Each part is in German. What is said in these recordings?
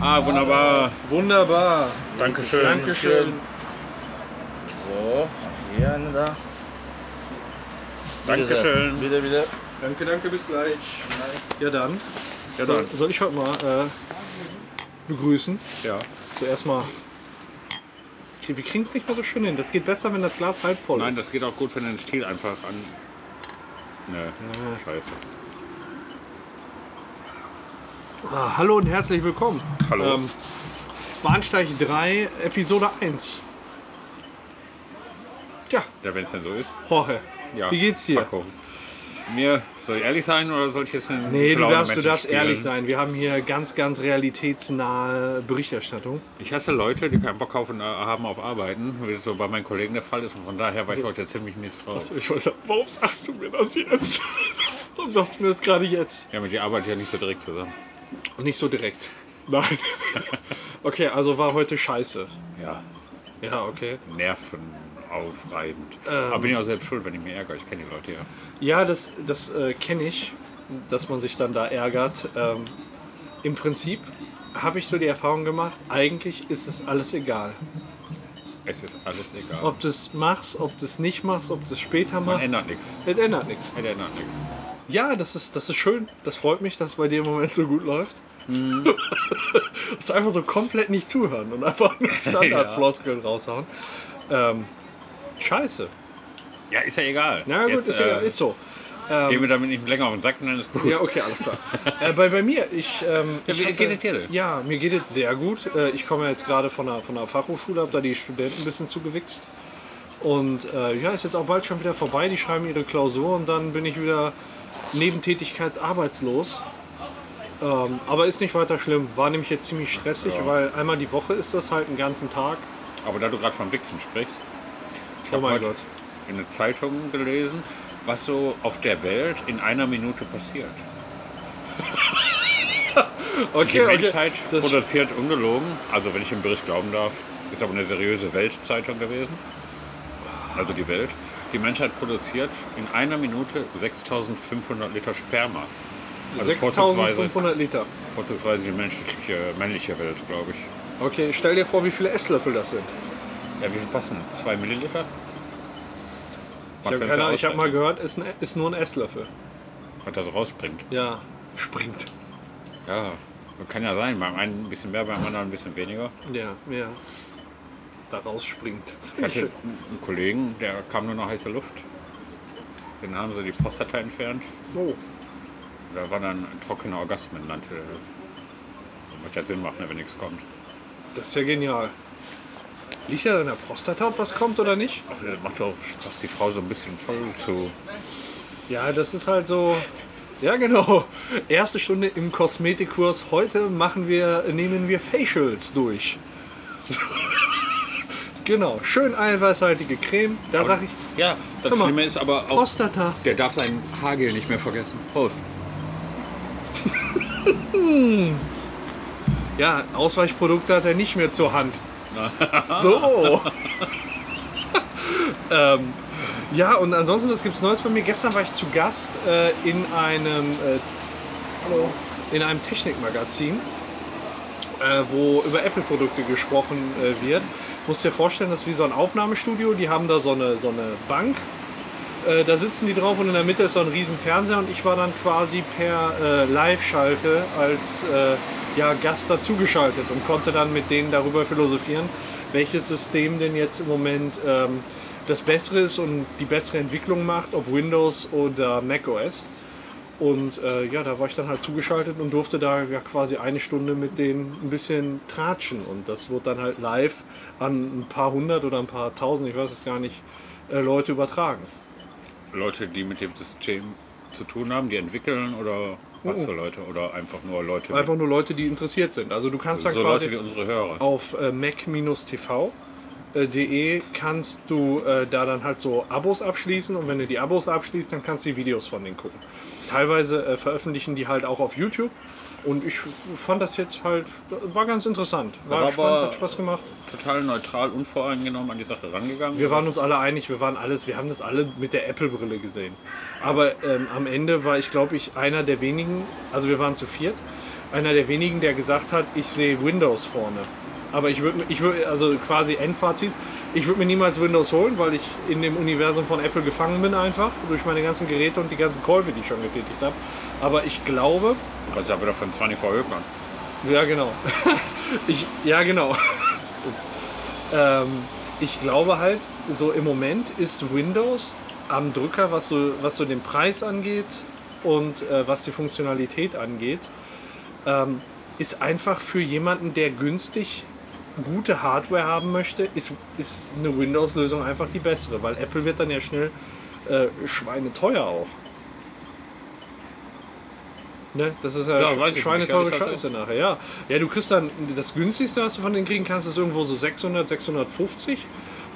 Ah, wunderbar. Wunderbar. Dankeschön. Dankeschön. So, hier eine da. Bitte sehr. Dankeschön. Bitte, bitte. Danke, danke, bis gleich. Ja dann, Ja, soll, dann. Also, soll ich heute mal äh, begrüßen? Ja. Zuerst mal. Wir kriegen es nicht mehr so schön hin. Das geht besser, wenn das Glas halb voll Nein, ist. das geht auch gut, wenn du den Stiel einfach an. Ne, scheiße. Ah, hallo und herzlich willkommen. Hallo. Ähm, Bahnsteig 3, Episode 1. Tja, Ja, wenn es denn so ist. Jorge, Ja. wie geht's dir? Paco. Mir, soll ich ehrlich sein oder soll ich jetzt einen Nee, du schlauen darfst, du Menschen darfst spielen? ehrlich sein. Wir haben hier ganz, ganz realitätsnahe Berichterstattung. Ich hasse Leute, die keinen Bock auf, äh, haben auf Arbeiten, wie das so bei meinen Kollegen der Fall ist. Und von daher Also- war ich heute ziemlich mies drauf. Ich wollte sagen, warum sagst du mir das jetzt? Warum sagst du mir das gerade jetzt? Ja, mit dir arbeite ich ja nicht so direkt zusammen. Nicht so direkt. Nein. Okay, also war heute scheiße. Ja, Ja, okay. nervenaufreibend. Ähm. Aber bin ich auch selbst schuld, wenn ich mir ärgere. Ich kenne die Leute ja. Ja, das, das äh, kenne ich, dass man sich dann da ärgert. Ähm, Im Prinzip habe ich so die Erfahrung gemacht, eigentlich ist es alles egal. Es ist alles egal. Ob du es machst, ob du es nicht machst, ob du es später Man machst. ändert nichts. Es ändert nichts. Es ändert nichts. Ja, das ist, das ist schön. Das freut mich, dass es bei dir im Moment so gut läuft. Mhm. dass du einfach so komplett nicht zuhören und einfach nur Standardfloskeln raushauen. Ähm, scheiße. Ja, ist ja egal. Na gut, Jetzt, ist, äh, ja, ist so. Gehen wir damit nicht länger auf den Sack und dann ist gut. Ja, okay, alles klar. äh, bei, bei mir, ich. Ähm, Ja, ich wie geht es dir denn? Ja, mir geht es sehr gut. Äh, ich komme ja jetzt gerade von einer, von einer Fachhochschule, habe da die Studenten ein bisschen zugewichst. Und äh, ja, ist jetzt auch bald schon wieder vorbei. Die schreiben ihre Klausur und dann bin ich wieder nebentätigkeitsarbeitslos. Ähm, aber ist nicht weiter schlimm. War nämlich jetzt ziemlich stressig, weil einmal die Woche ist das halt einen ganzen Tag. Aber da du gerade von Wichsen sprichst, ich Oh habe mein heute Gott. in der Zeitung gelesen, was so auf der Welt in einer Minute passiert. Die Okay, Menschheit Das, produziert ungelogen, also wenn ich dem Bericht glauben darf, ist aber eine seriöse Weltzeitung gewesen. Also die Welt. Die Menschheit produziert in einer Minute 6500 Liter Sperma. Also vorzugsweise, 6500 Liter. vorzugsweise die menschliche, männliche Welt, glaube ich. Okay, stell dir vor, wie viele Esslöffel das sind. Ja, wie viel passen? Zwei Milliliter? Ich habe keine Ahnung, ich habe mal gehört, ist, ein, E- ist nur ein Esslöffel. Was da so rausspringt. Ja, springt. Ja, kann ja sein. Beim einen ein bisschen mehr, beim anderen ein bisschen weniger. Ja, ja. Da rausspringt. Ich hatte einen Kollegen, der kam nur noch heiße Luft. Den haben sie die Prostata entfernt. Oh. Da war dann ein trockener Orgasmen nannte. Was ja Sinn Äh, macht, ne, wenn nichts kommt. Das ist ja genial. Liegt ja an der Prostata, ob was kommt oder nicht? Ach, das macht doch Spaß, die Frau so ein bisschen voll zu. Ja, das ist halt so. Ja, genau. Erste Stunde im Kosmetikkurs. Heute machen wir, nehmen wir Facials durch. genau. Schön eiweißhaltige Creme. Da sag ich Ja, das Guck mal. Schlimme ist aber auch, Prostata. der darf seinen Haargel nicht mehr vergessen. Prost. Ja, Ausweichprodukte hat er nicht mehr zur Hand. so. ähm, ja, und ansonsten, was gibt's Neues bei mir? Gestern war ich zu Gast äh, in einem äh, Hallo. in einem Technikmagazin, äh, wo über Apple-Produkte gesprochen äh, wird. Muss dir vorstellen, das ist wie so ein Aufnahmestudio. Die haben da so eine, so eine Bank. Äh, da sitzen die drauf und in der Mitte ist so ein riesen Fernseher und ich war dann quasi per äh, Live-Schalte als äh, ja, Gast dazugeschaltet und konnte dann mit denen darüber philosophieren, welches System denn jetzt im Moment ähm, das bessere ist und die bessere Entwicklung macht, ob Windows oder macOS. Und äh, ja, da war ich dann halt zugeschaltet und durfte da ja quasi eine Stunde mit denen ein bisschen tratschen. Und das wurde dann halt live an ein paar hundert oder ein paar tausend, ich weiß es gar nicht, äh, Leute übertragen. Leute, die mit dem System zu tun haben, die entwickeln oder was für Leute? Oder einfach nur Leute, mit- Mhm. einfach nur Leute, die interessiert sind. Also du kannst dann so quasi Leute wie unsere Hörer. auf äh, mac-tv.de kannst du äh, da dann halt so Abos abschließen und wenn du die Abos abschließt, dann kannst du die Videos von denen gucken. Teilweise äh, veröffentlichen die halt auch auf YouTube und ich fand das jetzt halt, war ganz interessant. War Aber- spannend, hat Spaß gemacht. Total neutral, unvoreingenommen an die Sache rangegangen. Wir waren uns alle einig, wir waren alles, wir haben das alle mit der Apple-Brille gesehen. Aber ähm, am Ende war ich, glaube ich, einer der wenigen, also wir waren zu viert, einer der wenigen, der gesagt hat, ich sehe Windows vorne. Aber ich würde, ich würd, also quasi Endfazit, ich würde mir niemals Windows holen, weil ich in dem Universum von Apple gefangen bin einfach, durch meine ganzen Geräte und die ganzen Käufe, die ich schon getätigt habe. Aber ich glaube, Du kannst ja wieder von 20 verhökern. ja, genau. ich, ja, genau. Das- ähm, ich glaube halt, so im Moment ist Windows am Drücker, was so, was so den Preis angeht und äh, was die Funktionalität angeht, ähm, ist einfach für jemanden, der günstig gute Hardware haben möchte, ist, ist eine Windows-Lösung einfach die bessere, weil Apple wird dann ja schnell äh, schweineteuer auch. Ne? Das ist ja, Ja, sch- weiß ich nicht. schweineteure Ja, das hat- Scheiße nachher, ja. Ja, du kriegst dann, das günstigste, was du von denen kriegen kannst, ist irgendwo so 600, 650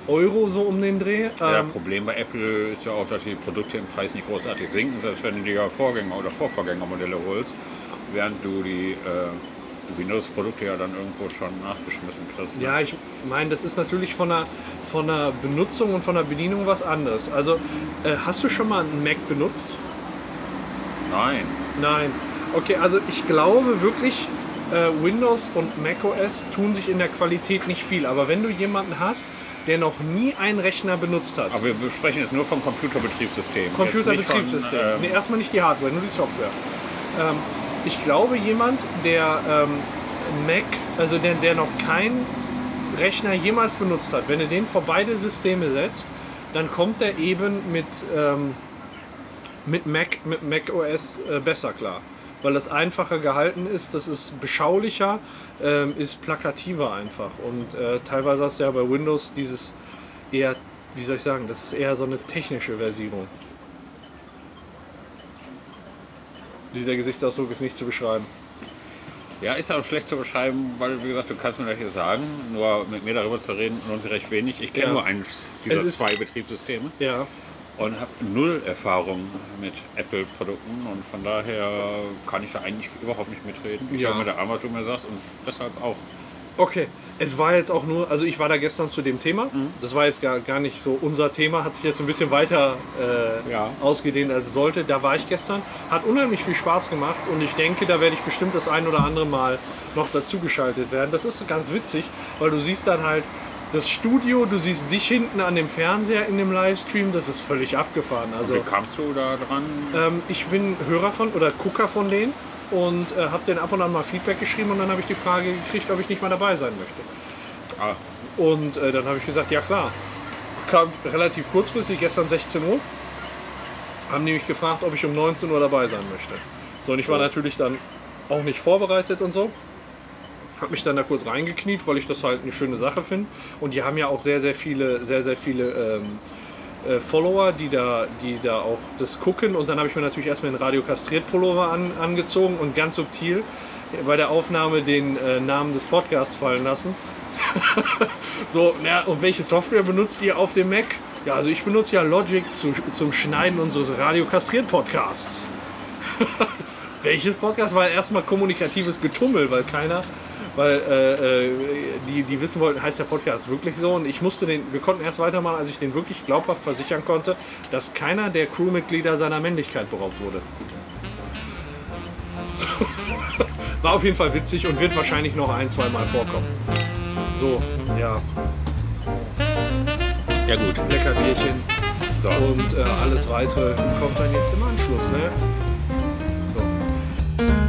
Euro so um den Dreh. Ja, Ähm, das Problem bei Apple ist ja auch, dass die Produkte im Preis nicht großartig sinken, selbst wenn du dir Vorgänger- oder Vorvorgängermodelle holst, während du die äh, Windows-Produkte ja dann irgendwo schon nachgeschmissen kriegst. ne? Ja, ich meine, das ist natürlich von der, von der Benutzung und von der Bedienung was anderes. Also, äh, hast du schon mal einen Mac benutzt? Nein. Nein. Okay, also ich glaube wirklich, äh, Windows und macOS tun sich in der Qualität nicht viel. Aber wenn du jemanden hast, der noch nie einen Rechner benutzt hat, Aber wir besprechen jetzt nur vom Computerbetriebssystem. Jetzt Computerbetriebssystem. nicht von, nee, ähm, erstmal nicht die Hardware, nur die Software. Ähm, ich glaube, jemand, der ähm, Mac, also der, der noch keinen Rechner jemals benutzt hat, wenn du den vor beide Systeme setzt, dann kommt er eben mit, ähm, mit Mac, mit Mac OS äh, besser klar. Weil das einfacher gehalten ist, das ist beschaulicher, ähm, ist plakativer einfach. Und äh, teilweise hast du ja bei Windows dieses eher, wie soll ich sagen, das ist eher so eine technische Versierung. Dieser Gesichtsausdruck ist nicht zu beschreiben. ja, ist auch schlecht zu beschreiben, weil, wie gesagt, du kannst mir das hier sagen, nur mit mir darüber zu reden, lohnt sich recht wenig. Ich kenne Ja. nur eins dieser Es ist- zwei Betriebssysteme. Ja. und habe null Erfahrung mit Apple-Produkten und von daher kann ich da eigentlich überhaupt nicht mitreden. Ich Ja. höre mir da an, was du mir sagst und deshalb auch. Okay. Es war jetzt auch nur, also ich war da gestern zu dem Thema. Das war jetzt gar, gar nicht so unser Thema, hat sich jetzt ein bisschen weiter äh, Ja. ausgedehnt, als es sollte. Da war ich gestern, hat unheimlich viel Spaß gemacht und ich denke, da werde ich bestimmt das ein oder andere Mal noch dazugeschaltet werden. Das ist ganz witzig, weil du siehst dann halt das Studio, du siehst dich hinten an dem Fernseher in dem Livestream, das ist völlig abgefahren. Also Wie kamst du da dran? Ähm, ich bin Hörer von oder Gucker von denen und äh, habe denen ab und an mal Feedback geschrieben und dann habe ich die Frage gekriegt, ob ich nicht mal dabei sein möchte. Ah, Und äh, dann habe ich gesagt, ja klar. Kam relativ kurzfristig, gestern 16 Uhr, haben die mich gefragt, ob ich um 19 Uhr dabei sein möchte. So, und ich war natürlich dann auch nicht vorbereitet und so. Habe mich dann da kurz reingekniet, weil ich das halt eine schöne Sache finde. Und die haben ja auch sehr, sehr viele, sehr, sehr viele ähm, äh, Follower, die da, die da auch das gucken. Und dann habe ich mir natürlich erstmal den Radio Kastriert Pullover an, angezogen und ganz subtil bei der Aufnahme den äh, Namen des Podcasts fallen lassen. so, ja, und welche Software benutzt ihr auf dem Mac? Ja, also ich benutze ja Logic zu, zum Schneiden unseres Radio Kastriert Podcasts. Welches Podcast war erstmal kommunikatives Getummel, weil keiner, weil äh, äh, die, die wissen wollten, heißt der Podcast wirklich so? Und ich musste den, wir konnten erst weitermachen, als ich den wirklich glaubhaft versichern konnte, dass keiner der Crewmitglieder seiner Männlichkeit beraubt wurde. So. War auf jeden Fall witzig und wird wahrscheinlich noch ein, zwei Mal vorkommen. So, ja, ja gut. lecker Bierchen So. und äh, alles weitere kommt dann jetzt im Anschluss, ne? So.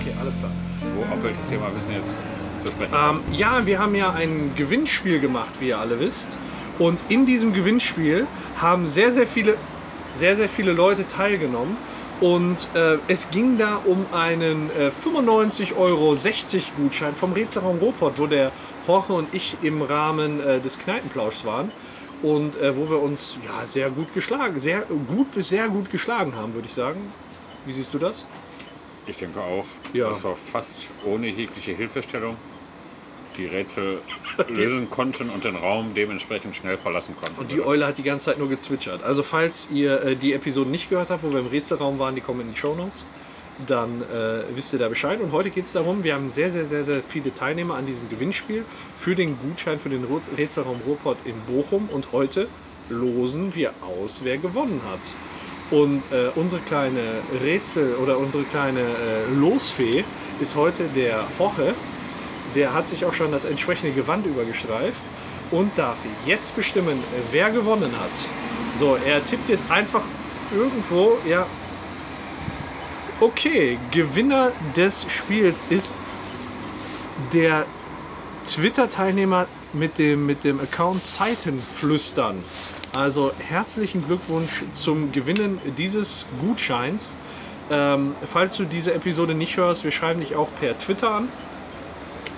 Okay, alles klar. Wo, auf welches Thema wissen jetzt zu sprechen? Ähm, ja, wir haben ja ein Gewinnspiel gemacht, wie ihr alle wisst. Und in diesem Gewinnspiel haben sehr, sehr viele, sehr, sehr viele Leute teilgenommen. Und äh, es ging da um einen äh, 95,60 Euro Gutschein vom Restaurant Ruhrpott, wo der Jorge und ich im Rahmen äh, des Kneipenplauschs waren. Und äh, wo wir uns ja, sehr gut geschlagen, sehr gut bis sehr gut geschlagen haben, würde ich sagen. Wie siehst du das? Ich denke auch, Ja. dass wir fast ohne jegliche Hilfestellung die Rätsel lösen konnten und den Raum dementsprechend schnell verlassen konnten. Und die Eule hat die ganze Zeit nur gezwitschert. Also falls ihr äh, die Episode nicht gehört habt, wo wir im Rätselraum waren, die kommen in die Shownotes. dann äh, wisst ihr da Bescheid. Und heute geht es darum, wir haben sehr, sehr, sehr, sehr viele Teilnehmer an diesem Gewinnspiel für den Gutschein für den Rotz- Rätselraum Ruhrpott in Bochum. Und heute losen wir aus, wer gewonnen hat. Und äh, unsere kleine Rätsel oder unsere kleine äh, Losfee ist heute der Hoche. Der hat sich auch schon das entsprechende Gewand übergestreift und darf jetzt bestimmen, wer gewonnen hat. So, er tippt jetzt einfach irgendwo, ja. Okay, Gewinner des Spiels ist der Twitter-Teilnehmer mit dem, mit dem Account Zeitenflüstern. Also herzlichen Glückwunsch zum Gewinnen dieses Gutscheins. Ähm, falls du diese Episode nicht hörst, wir schreiben dich auch per Twitter an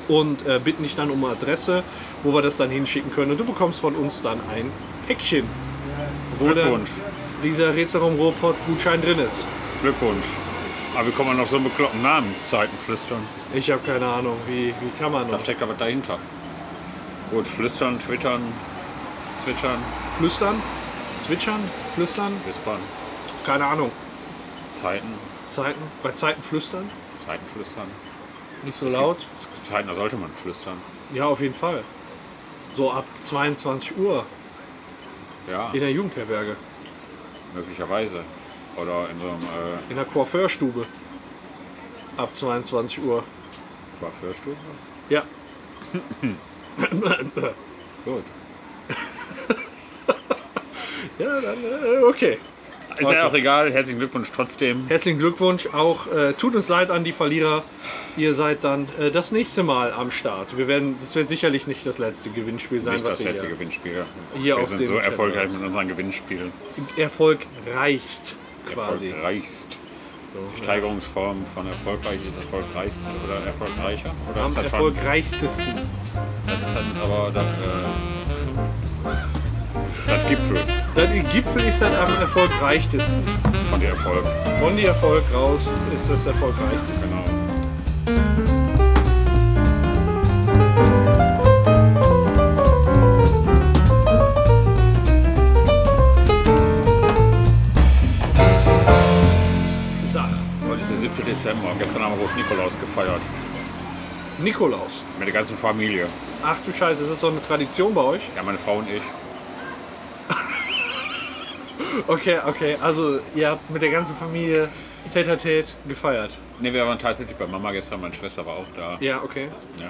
und äh, bitten dich dann um eine Adresse, wo wir das dann hinschicken können. Und du bekommst von uns dann ein Päckchen, wo dann Glückwunsch. dieser Rätselraum Ruhrpott Gutschein drin ist. Glückwunsch. Aber wie kommt man auf so einen bekloppten Namen? Zeiten flüstern. Ich habe keine Ahnung, wie, wie kann man Da noch steckt aber dahinter. Gut, flüstern, twittern, zwitschern, flüstern, zwitschern, flüstern, wispern, keine Ahnung. Zeiten, Zeiten, bei Zeiten flüstern, Zeiten flüstern. nicht so laut. Es gibt Zeiten, da sollte man flüstern. Ja, auf jeden Fall. So ab 22 Uhr Ja, in der Jugendherberge, möglicherweise. Oder in so einem äh, in der Coiffeurstube. Ab 22 Uhr. Coiffeurstudio. Ja, Gut. ja, dann, äh, okay. Ist ja auch egal. Herzlichen Glückwunsch trotzdem. Herzlichen Glückwunsch. Auch äh, tut uns leid an die Verlierer. Ihr seid dann äh, das nächste Mal am Start. Wir werden, das wird sicherlich nicht das letzte Gewinnspiel sein, Nicht was das ihr letzte hier Gewinnspiel. Hier Wir auf sind dem so Channel. erfolgreich mit unseren Gewinnspielen. erfolgreichst quasi. Erfolgreichst. Die Steigerungsform von erfolgreich ist erfolgreichst oder erfolgreicher. Oder Am ist das schon- erfolgreichstesten. Das ist dann aber das, äh, das Gipfel Der Gipfel ist dann am erfolgreichsten. von der Erfolg. Von die Erfolg raus ist das erfolgreichste. Genau. Sach. Heute ist der 7. Dezember. Gestern haben wir Groß Nikolaus gefeiert. Nikolaus. Mit der ganzen Familie. Ach du Scheiße, ist das so eine Tradition bei euch? Ja, meine Frau und ich. Okay, okay. Also ihr habt mit der ganzen Familie tete tete gefeiert. Ne, wir waren tatsächlich bei Mama gestern. Meine Schwester war auch da. Ja, okay. Ja.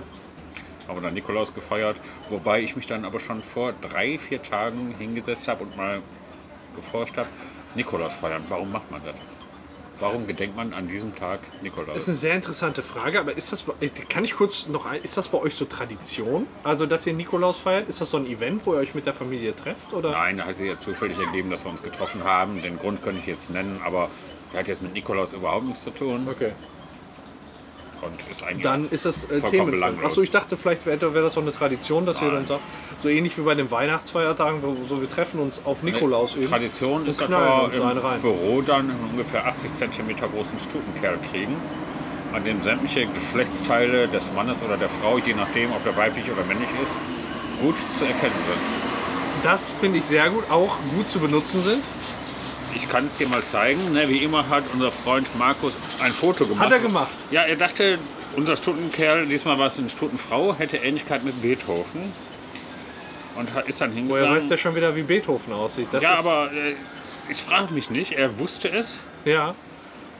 Haben wir dann Nikolaus gefeiert. Wobei ich mich dann aber schon vor drei, vier Tagen hingesetzt habe und mal geforscht habe. Nikolaus feiern. Warum macht man das? Warum gedenkt man an diesem Tag Nikolaus? Das ist eine sehr interessante Frage, aber ist das bei- kann ich kurz noch ein, ist das bei euch so Tradition? Also dass ihr Nikolaus feiert, ist das so ein Event, wo ihr euch mit der Familie trefft oder? Nein, da hat sich ja zufällig ergeben, dass wir uns getroffen haben. Den Grund könnte ich jetzt nennen, aber der hat jetzt mit Nikolaus überhaupt nichts zu tun Okay. und ist eigentlich Dann auch ist das äh, vollkommen Themen. belanglos. Achso, ich dachte, vielleicht wäre wär das so eine Tradition, dass ihr Nein. dann sagt, so ähnlich wie bei den Weihnachtsfeiertagen, wo so wir treffen uns auf Nikolaus eben. Tradition ist, dass knallen wir uns einen im rein. Büro dann einen ungefähr 80 cm großen Stutenkerl kriegen, an dem sämtliche Geschlechtsteile des Mannes oder der Frau, je nachdem, ob der weiblich oder männlich ist, gut zu erkennen sind. Das finde ich sehr gut, auch gut zu benutzen sind. Ich kann es dir mal zeigen. Ne, wie immer hat unser Freund Markus ein Foto gemacht. Hat er gemacht. Ja, er dachte, unser Stutenkerl, diesmal war es eine Stutenfrau, hätte Ähnlichkeit mit Beethoven. Und hat- ist dann Da hingegangen. weiß der schon wieder, wie Beethoven aussieht. Das ja, ist, aber äh, ich frage mich nicht. Er wusste es ja,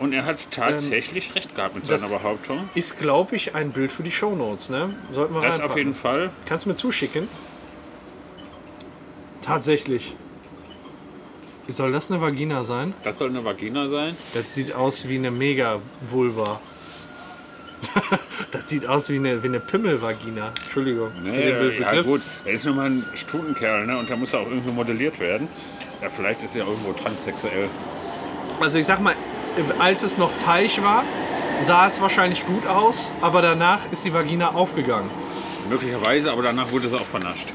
und er hat tatsächlich recht gehabt mit Ähm, das- seiner Behauptung. ist, glaube ich, ein Bild für die Shownotes, ne? Sollten wir Das reinpacken. auf jeden Fall. Kannst du mir zuschicken? Tatsächlich. Soll das eine Vagina sein? Das soll eine Vagina sein. Das sieht aus wie eine Mega-Vulva. das sieht aus wie eine, wie eine Pimmel-Vagina. Entschuldigung für den Be- Nee, ja, gut. Er ist nun mal ein Stutenkerl ne? und da muss er auch irgendwie modelliert werden. Ja, vielleicht ist er irgendwo transsexuell. Also ich sag mal, als es noch Teich war, sah es wahrscheinlich gut aus, aber danach ist die Vagina aufgegangen. Möglicherweise, aber danach wurde es auch vernascht.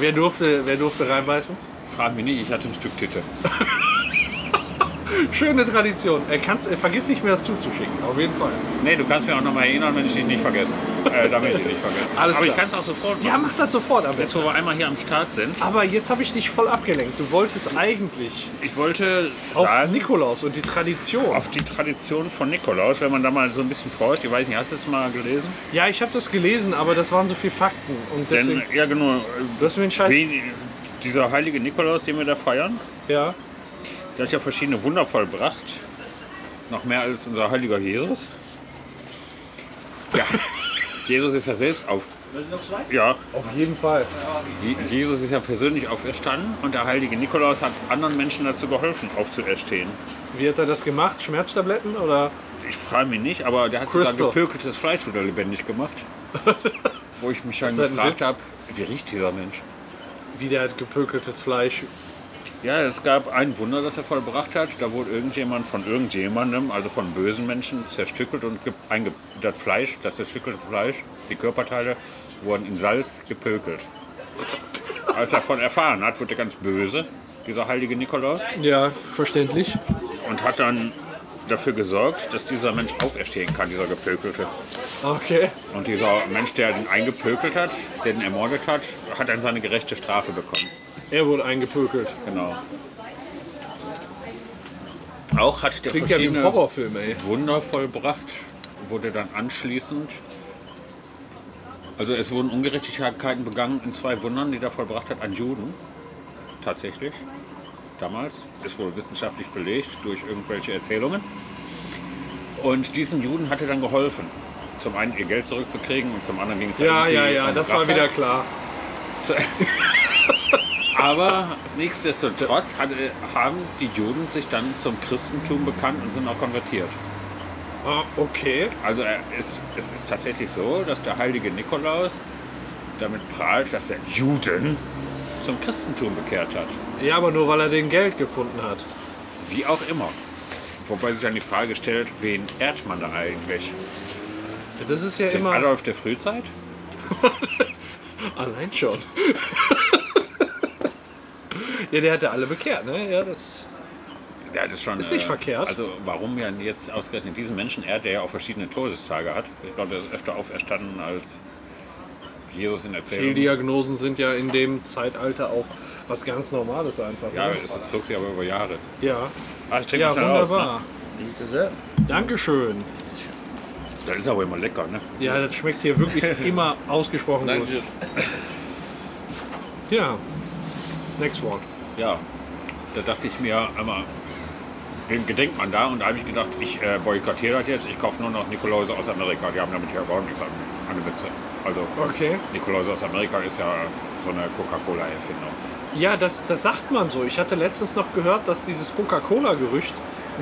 Wer durfte, wer durfte reinbeißen? Frag mich nicht, ich hatte ein Stück Titte. Schöne Tradition. Äh, kannst, äh, vergiss nicht mehr, das zuzuschicken. Auf jeden Fall. Nee, du kannst mich auch nochmal erinnern, wenn ich dich nicht vergesse. Äh, damit ich dich nicht vergesse. Alles Aber ich klar. kann es auch sofort Ja, machen. mach das sofort am Jetzt, besten. wo wir einmal hier am Start sind, Aber jetzt habe ich dich voll abgelenkt. Du wolltest eigentlich ich wollte auf sagen, Nikolaus und die Tradition. auf die Tradition von Nikolaus, wenn man da mal so ein bisschen forscht, ich weiß nicht, hast du es mal gelesen? Ja, ich habe das gelesen, aber das waren so viele Fakten. Und deswegen. Denn, ja genau, du hast mir den Scheiß. wie, dieser heilige Nikolaus, den wir da feiern, Ja. der hat ja verschiedene Wunder vollbracht. Noch mehr als unser heiliger Jesus. Ja, Jesus ist ja selbst auf... Ja, Auf jeden Fall. Je- Jesus ist ja persönlich auferstanden und der heilige Nikolaus hat anderen Menschen dazu geholfen, aufzuerstehen. Wie hat er das gemacht? Schmerztabletten oder? Ich frage mich nicht, aber der hat Crystal. sogar gepökeltes Fleisch wieder lebendig gemacht. Wo ich mich dann das ein gefragt Witz? habe, wie riecht dieser Mensch? Wie der hat gepökeltes Fleisch. Ja, es gab ein Wunder, das er vollbracht hat. Da wurde irgendjemand von irgendjemandem, also von bösen Menschen, zerstückelt und ge- einge das Fleisch, das zerstückelte Fleisch, die Körperteile, wurden in Salz gepökelt. Als er davon erfahren hat, wurde er ganz böse, dieser heilige Nikolaus. Ja, verständlich. und hat dann dafür gesorgt, dass dieser Mensch auferstehen kann, dieser Gepökelte. Okay. Und dieser Mensch, der den eingepökelt hat, der den ermordet hat, hat dann seine gerechte Strafe bekommen. Er wurde eingepökelt. Genau. Auch hat der Klingt ja wie verschiedene ein Horrorfilm, ey. Wunder vollbracht, wurde dann anschließend. Also es wurden Ungerechtigkeiten begangen in zwei Wundern, die er vollbracht hat an Juden. Tatsächlich. Damals. Ist wohl wissenschaftlich belegt durch irgendwelche Erzählungen. Und diesen Juden hat er dann geholfen. Zum einen ihr Geld zurückzukriegen und zum anderen ging es Ja, irgendwie ja, ja, um das war Rache. wieder klar. Aber nichtsdestotrotz hat, haben die Juden sich dann zum Christentum bekannt und sind auch konvertiert. Ah, okay. Also er ist, es ist tatsächlich so, dass der heilige Nikolaus damit prahlt, dass er Juden zum Christentum bekehrt hat. Ja, aber nur weil er den Geld gefunden hat. Wie auch immer. Wobei sich dann die Frage stellt, wen ehrt man da eigentlich? Das ist ja Den immer. Adolf der Frühzeit? Allein schon. ja, der hat ja alle bekehrt, ne? Ja, das. Ja, das ist schon. Ist nicht verkehrt. Also warum ja jetzt ausgerechnet diesen Menschen ehrt, der ja auch verschiedene Todestage hat. Ich glaube, der ist öfter auferstanden als Jesus in Erzählung. Fehldiagnosen sind ja in dem Zeitalter auch was ganz Normales einfach. Ja, ne? es zog sich aber über Jahre. ja. Ah, ich trinke ja mal schnell aus, wunderbar. Liegt es ja? Dankeschön. ne? Das ist aber immer lecker, ne? Ja, das schmeckt hier wirklich immer ausgesprochen gut. Ja. Next one. Ja, da dachte ich mir einmal, wem gedenkt man da? Und da habe ich gedacht, ich äh, boykottiere das jetzt, ich kaufe nur noch Nikoläuse aus Amerika. Die haben damit ja überhaupt nichts an, an der Mütze. Also Okay. Nikoläuse aus Amerika ist ja so eine Coca-Cola-Erfindung. Ja, das, das sagt man so. Ich hatte letztens noch gehört, dass dieses Coca-Cola-Gerücht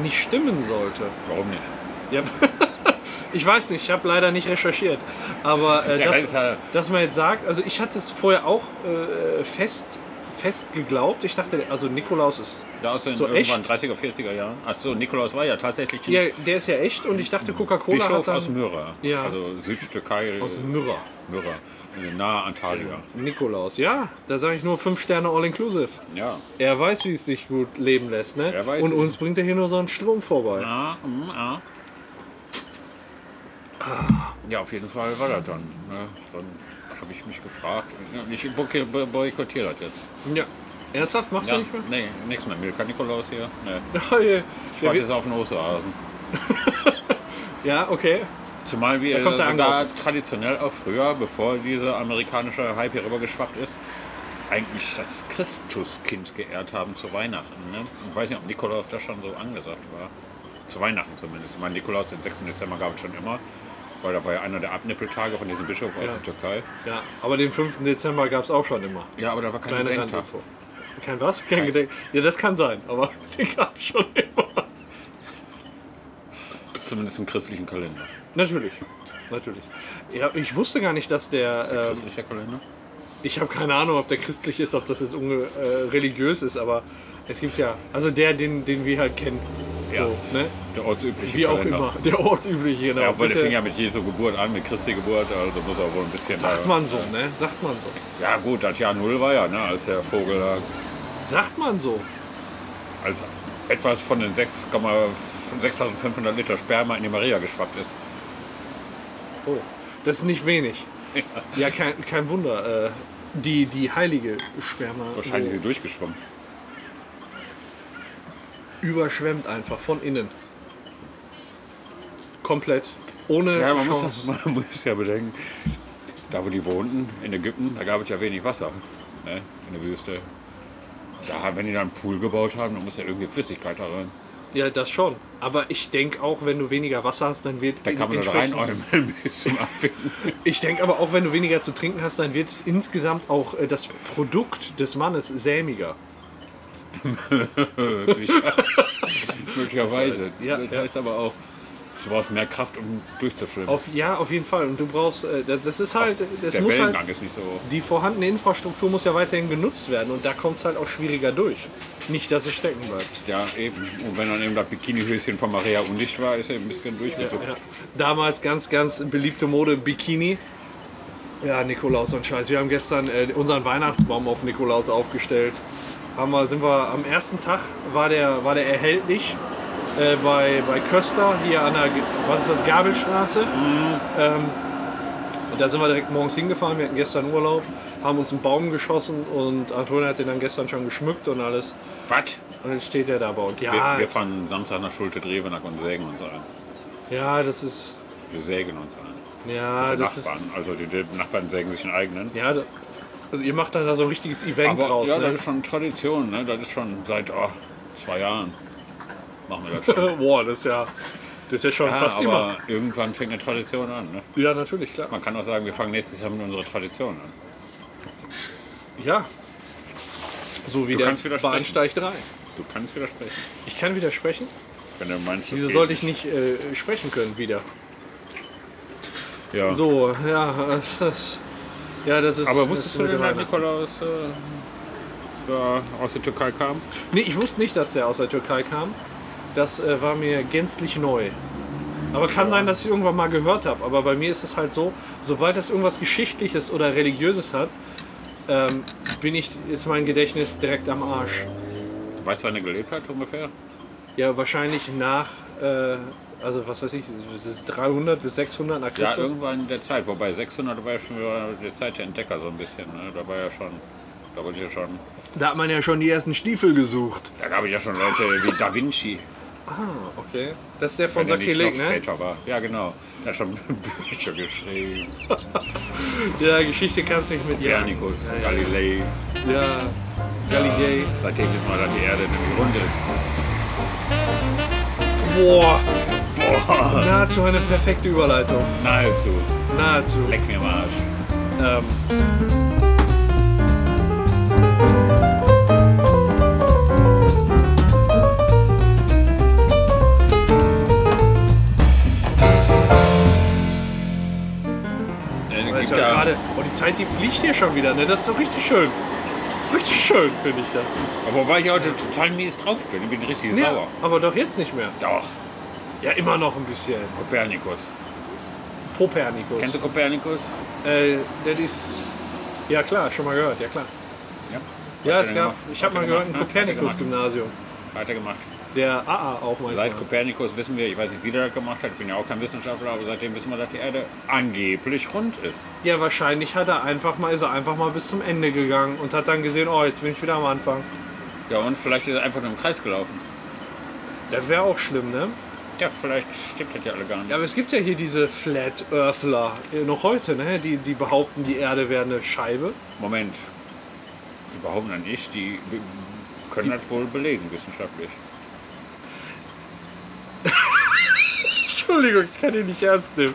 nicht stimmen sollte. Warum nicht? Ja. Ich weiß nicht, ich habe leider nicht recherchiert. Aber äh, Ja, dass, ist ja- dass man jetzt sagt, also ich hatte es vorher auch äh, fest, fest geglaubt. Ich dachte, also Nikolaus ist. Da aus den So, irgendwann echt? 30er, 40er Jahren. Achso, Nikolaus war ja tatsächlich Ja, der ist ja echt und ich dachte, Coca-Cola Bischof hat dann aus Myra. Ja. Also Südtürkei, Aus Myrrha. Myra, äh, nahe Antalya. Nikolaus, ja, da sage ich nur 5 Sterne All-Inclusive. Ja. Er weiß, wie es sich gut leben lässt, ne? Er weiß und es. uns bringt er hier nur so einen Strom vorbei. Ah, mm, ah. Ja, auf jeden Fall war das dann. Ne? Dann habe ich mich gefragt. Ich boyk- boy- boykottiere das jetzt. Ja. Ernsthaft, machst Ja, du nicht mehr? nee, nichts mehr. Milka Nikolaus hier. Nee. ja, Ich ja, warte wir- jetzt auf den Osterhasen. ja, okay. Zumal wir kommt der sogar traditionell auch früher, bevor dieser amerikanische Hype hier rübergeschwappt ist, eigentlich das Christuskind geehrt haben zu Weihnachten. Ne? Ich weiß nicht, ob Nikolaus das schon so angesagt war. Zu Weihnachten zumindest. Ich meine, Nikolaus den 6. Dezember gab es schon immer, weil da war ja einer der Abnippeltage von diesem Bischof aus Ja. der Türkei. Ja, aber den 5. Dezember gab es auch schon immer. Ja, aber da war kein Kleine Gedenktag. Randinfo. Kein was? Kein Gedenk. Ja, das kann sein, aber den gab es schon immer. Zumindest im christlichen Kalender. Ähm, Natürlich. Natürlich. Ja, ich wusste gar nicht, dass der. Ähm, Christlicher Kalender? ich habe keine Ahnung, ob der christlich ist, ob das jetzt unge äh, religiös ist, aber es gibt ja. Also der, den, den wir halt kennen. Ja. So, ne? Der ortsübliche Wie auch Kalender. immer. Der ortsübliche, genau. Ja, weil der Bitte. fing ja mit Jesu Geburt an, mit Christi Geburt, also muss er wohl ein bisschen. Sagt da- man so, ne? Sagt man so. Ja gut, das Jahr Null war ja, ne, als der Vogel da Sagt man so. als etwas von den 6,6500 Liter Sperma in die Maria geschwappt ist. Oh, das ist nicht wenig. Ja, kein, kein Wunder. Äh, die, die heilige Sperma Wahrscheinlich ist sie durchgeschwommen. äh, überschwemmt einfach von innen. Komplett. Ohne Ja, man muss, Chance. ja, man muss ja bedenken, da wo die wohnten, in Ägypten, da gab es ja wenig Wasser ne, in der Wüste. Da, haben- wenn die dann einen Pool gebaut haben, dann muss ja irgendwie Flüssigkeit da rein. Ja, das schon. Aber ich denke auch, wenn du weniger Wasser hast, dann wird. Da kann man da entsprechend- reinäumeln bis zum Abwinken. Ich denke aber auch, wenn du weniger zu trinken hast, dann wird es insgesamt auch äh, das Produkt des Mannes sämiger. Möglicherweise. Ja, das ja. heißt aber auch, du brauchst mehr Kraft, um durchzuschwimmen. Auf, ja, auf jeden Fall. Und du brauchst, äh, das das ist halt, das der muss Wellengang halt, ist nicht so hoch. die vorhandene Infrastruktur muss ja weiterhin genutzt werden und da kommt es halt auch schwieriger durch. Nicht, dass es stecken bleibt. Ja, eben. Und wenn dann eben das Bikinihöschen von Maria undicht war, ist er ein bisschen durchgezuckt. Ja. Damals ganz, ganz beliebte Mode Bikini. Ja, Nikolaus und Scheiß. Wir haben gestern äh, unseren Weihnachtsbaum auf Nikolaus aufgestellt. Haben wir, sind wir am ersten Tag war der, war der erhältlich äh, bei, bei Köster hier an der Ge- was ist das Gabelstraße. Ähm, und da sind wir direkt morgens hingefahren. Wir hatten gestern Urlaub, haben uns einen Baum geschossen und Antonia hat den dann gestern schon geschmückt und alles. Was? Und jetzt steht er da bei uns. Ja, Wir, wir jetzt- fahren Samstag nach Schulte Drevenack und sägen uns ein. ja, das ist Wir sägen uns ein. ja, das ist Nachbarn. Also die, die Nachbarn sägen sich einen eigenen. Ja, da, also ihr macht dann da so ein richtiges Event draus. ja, ne? das ist schon Tradition. Ne? Das ist schon seit oh, zwei Jahren. Machen wir das schon. Boah, das ist ja, das ist ja schon Ja, fast immer. aber irgendwann fängt eine Tradition an. Ne? Ja, natürlich, klar. Man kann auch sagen, wir fangen nächstes Jahr mit unserer Tradition an. Ja. So wie Du kannst der widersprechen. Bahnsteig 3. Du kannst widersprechen. Ich kann widersprechen. Wenn du meinst, das Wieso geht sollte ich nicht äh, sprechen können wieder? nicht. Ja. So, ja, äh, das, ja, das ist. Aber das wusstest ist du mit denn, der dass Weihnacht- Nikolaus äh, da aus der Türkei kam? Nee, ich wusste nicht, dass der aus der Türkei kam. Das äh, war mir gänzlich neu. Aber kann sein, dass ich irgendwann mal gehört habe. Aber bei mir ist es halt so, sobald das irgendwas Geschichtliches oder Religiöses hat, ähm, bin ich, ist mein Gedächtnis direkt am Arsch. Weißt du, wann er gelebt hat ungefähr? Ja, wahrscheinlich nach, äh, also was weiß ich, 300 bis 600 nach Ja, Christus. irgendwann in der Zeit. Wobei 600 war ja schon wieder die Zeit der Entdecker so ein bisschen. Ne? Da war ja schon, da wollte ich ja schon, da hat man ja schon die ersten Stiefel gesucht. da gab es ja schon Leute wie Da Vinci, Okay. Das ist der von wenn er nicht noch Sakrileg, ne? später war. Ja, genau. Der hat schon Bücher geschrieben. Ja, Geschichte kannst du nicht mit jagen. Copernicus, Galilei. Ja, Galilei. Seitdem ist mal, dass die Erde nämlich rund ist. Boah. Nahezu eine perfekte Überleitung. Nahezu. Nahezu. Leck mir am Arsch. Ne, Ähm. Ne, Alter, gibt ja- gerade, oh, die Zeit, die fliegt hier schon wieder, ne? Das ist so richtig schön. Richtig schön, finde ich das. Wobei ich heute total mies drauf bin. Ich bin richtig sauer. aber doch jetzt nicht mehr. Doch, Ja, immer noch ein bisschen. Kopernikus. Popernikus. Kennst du Kopernikus? Äh, das ist. Ja, klar, schon mal gehört, ja klar. Ja. Ja, Hat es er gab. gemacht. Ich Hat habe er mal gehört, gemacht, ein ne? Hat er gemacht. Kopernikus-Gymnasium. Weitergemacht. Der AA auch mal. Seit Kopernikus wissen wir, ich weiß nicht, wie der das gemacht hat, ich bin ja auch kein Wissenschaftler, aber seitdem wissen wir, dass die Erde angeblich rund ist. Ja, wahrscheinlich hat er einfach mal, ist er einfach mal bis zum Ende gegangen und hat dann gesehen, oh, jetzt bin ich wieder am Anfang. Ja, und vielleicht ist er einfach nur im Kreis gelaufen. Das wäre auch schlimm, ne? Ja, vielleicht stimmt das ja alle gar nicht. Ja, aber es gibt ja hier diese Flat Earthler, äh, noch heute, ne? Die, die behaupten, die Erde wäre eine Scheibe. Moment. Die behaupten dann nicht, die be- können das wohl belegen, wissenschaftlich. Entschuldigung, ich kann den nicht ernst nehmen.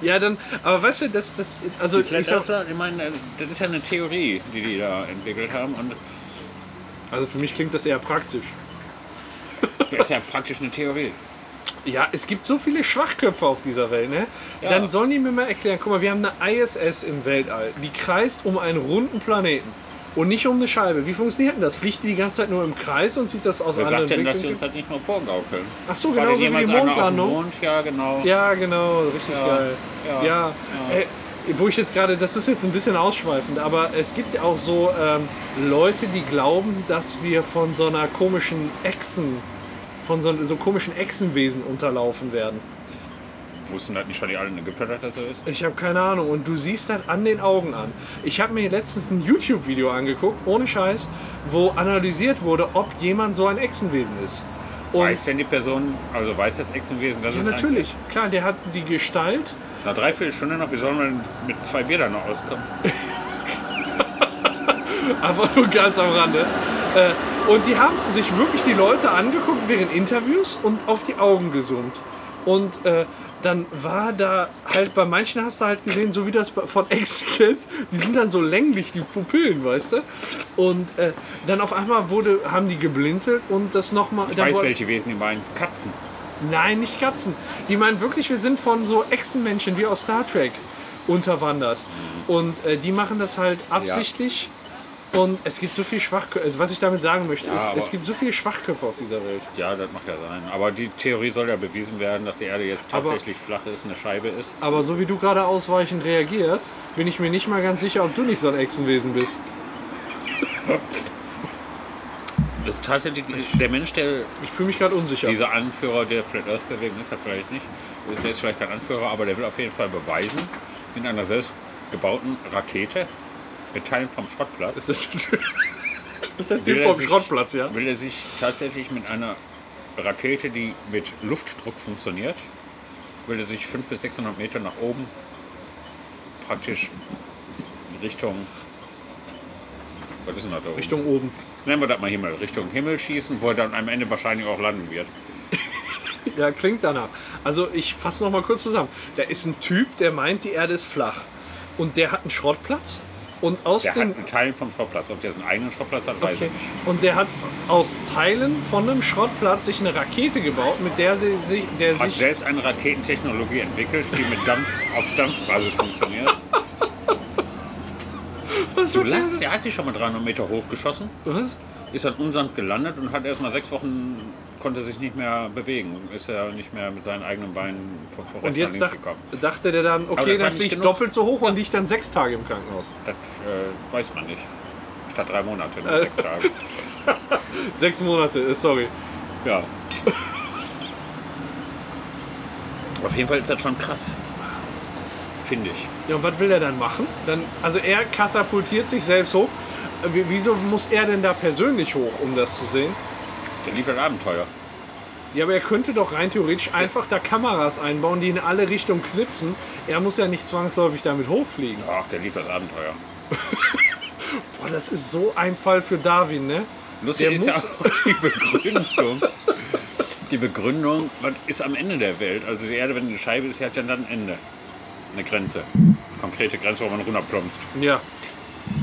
Ja, dann, aber weißt du, das, das, also ich sag, Earthler, ich meine, das ist ja eine Theorie, die die da entwickelt haben. Und also für mich klingt das eher praktisch. das ist ja praktisch eine Theorie. Ja, es gibt so viele Schwachköpfe auf dieser Welt, ne? Dann sollen die mir mal erklären, guck mal, wir haben eine ISS im Weltall, die kreist um einen runden Planeten und nicht um eine Scheibe. Wie funktioniert denn das? Fliegt die die ganze Zeit nur im Kreis und sieht das aus Wer anderen sagt denn, dass sie Blickwinkeln? uns das nicht mal vorgaukeln? Ach so, War denn genauso wie die jemals einer auf dem Mondlandung. Mond? Ja, genau. Ja, genau, richtig Ja, geil. Ja, ja, Ey, wo ich jetzt gerade, das ist jetzt ein bisschen ausschweifend, aber es gibt ja auch so ähm, Leute, die glauben, dass wir von so einer komischen Echsen, von so, so komischen Echsenwesen unterlaufen werden. Wussten halt nicht schon die alten Ägypter, dass das so ist? Ich habe keine Ahnung. Und du siehst das an den Augen an. Ich habe mir letztens ein YouTube-Video angeguckt, ohne Scheiß, wo analysiert wurde, ob jemand so ein Echsenwesen ist. Und Weiß denn die Person, also weiß das Echsenwesen, dass ja, es eins natürlich, klar, der hat die Gestalt. ist? Nach dreiviertel Stunde noch, wie soll man mit zwei Bier da noch auskommen? Einfach nur ganz am Rande. Äh, Und die haben sich wirklich die Leute angeguckt während Interviews und auf die Augen gesummt. Und äh, dann war da halt bei manchen hast du halt gesehen, so wie das bei- von Ex-Kids, die sind dann so länglich, die Pupillen, weißt du? Und äh, dann auf einmal wurde, haben die geblinzelt und das nochmal. Ich weiß, welche Wesen die meinen. Katzen. Nein, nicht Katzen. Die meinen wirklich, wir sind von so Echsenmenschen wie aus Star Trek unterwandert. Und äh, die machen das halt absichtlich. Und es gibt so viel Schwachköpfe. Was ich damit sagen möchte, ist, aber- es gibt so viele Schwachköpfe auf dieser Welt. Ja, das mag ja sein. Aber die Theorie soll ja bewiesen werden, dass die Erde jetzt Aber- tatsächlich flach ist, eine Scheibe ist. Aber so wie du gerade ausweichend reagierst, bin ich mir nicht mal ganz sicher, ob du nicht so ein Echsenwesen bist. Das ist tatsächlich der Mensch, der Ich fühle mich gerade unsicher. dieser Anführer der Flat Earth Bewegung ist, er vielleicht nicht. Der ist vielleicht kein Anführer, aber der will auf jeden Fall beweisen, in einer selbstgebauten Rakete mit Teilen vom Schrottplatz Ist das, ist der Will Typ er vom sich- Schrottplatz, ja? Will er sich tatsächlich mit einer Rakete, die mit Luftdruck funktioniert, will er sich 500 bis 600 Meter nach oben praktisch in Richtung. Was ist denn das da oben? Richtung oben. Nennen wir das mal Himmel. Richtung Himmel schießen, wo er dann am Ende wahrscheinlich auch landen wird. Ja, klingt danach. Also ich fasse noch mal kurz zusammen. Da ist ein Typ, der meint, die Erde ist flach. Und der hat einen Schrottplatz. Und aus Der hat den einen Teil vom Schrottplatz. Ob der seinen eigenen Schrottplatz hat, weiß okay. ich nicht. und der hat aus Teilen von einem Schrottplatz sich eine Rakete gebaut, mit der sie sich der Hat sich selbst eine Raketentechnologie entwickelt, die mit Dampf auf Dampfbasis funktioniert. was Du mit der- lass, der hat sich schon mal 300 Meter hochgeschossen. was? ist an Unsand gelandet und hat erstmal sechs Wochen konnte sich nicht mehr bewegen. Ist er nicht mehr mit seinen eigenen Beinen vor, vor Und rechts jetzt nach dach, links gekommen. dachte der dann, okay, das war dann nicht fliege ich genug. doppelt so hoch und liegt dann sechs Tage im Krankenhaus. Das äh, weiß man nicht. Statt drei Monate, Äh. nur sechs Tage. Sechs Monate, äh, sorry. Ja. Auf jeden Fall ist das schon krass. Finde ich. Ja, und was will er dann machen? Dann, also er katapultiert sich selbst hoch. Äh, Wie- Wieso muss er denn da persönlich hoch, um das zu sehen? Der liefert Abenteuer. Ja, aber er könnte doch rein theoretisch einfach da Kameras einbauen, die in alle Richtungen knipsen. Er muss ja nicht zwangsläufig damit hochfliegen. Ach, der liebt das Abenteuer. Boah, das ist so ein Fall für Darwin, ne? Lustig Der ist ja muss- auch die Begründung. die Begründung, was ist am Ende der Welt? Also die Erde, wenn eine Scheibe ist, die hat ja dann ein Ende. Eine Grenze. Konkrete Grenze, wo man runterplumpst. Ja.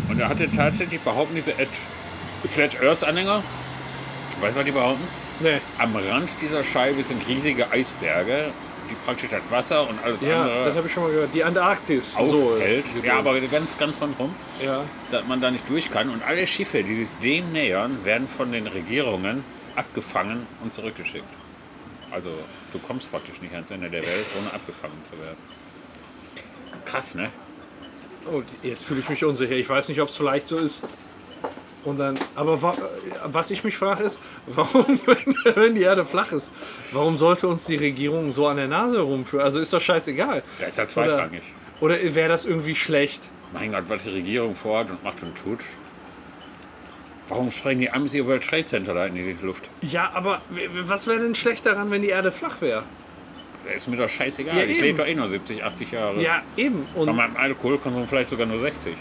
Und er hatte tatsächlich behaupten, diese Ed Flat Earth Anhänger, weißt du, was die behaupten? Nee. Am Rand dieser Scheibe sind riesige Eisberge, die praktisch das Wasser und alles Ja, das andere habe ich schon mal gehört. Die Antarktis. aufhält. ist- ja, aber ganz, ganz rundherum Ja. dass man da nicht durch kann. Und alle Schiffe, die sich dem nähern, werden von den Regierungen abgefangen und zurückgeschickt. Also du kommst praktisch nicht ans Ende der Welt, ohne abgefangen zu werden. Krass, ne? Oh, jetzt fühle ich mich unsicher. Ich weiß nicht, ob es vielleicht so ist. Und dann, aber wa was ich mich frage ist, warum, wenn, wenn die Erde flach ist, warum sollte uns die Regierung so an der Nase rumführen? Also ist doch scheißegal. Da ist ja Oder, zweitrangig. oder wäre das irgendwie schlecht? Mein Gott, was die Regierung vorhat und macht und tut. Warum sprengen die Amis ihr World Trade Center da in die Luft? Ja, aber w- w- was wäre denn schlecht daran, wenn die Erde flach wäre? Das ist mir doch scheißegal. Ja, ich eben. lebe doch eh nur 70, 80 Jahre. Ja, eben. Bei Und meinem Alkoholkonsum vielleicht sogar nur 60.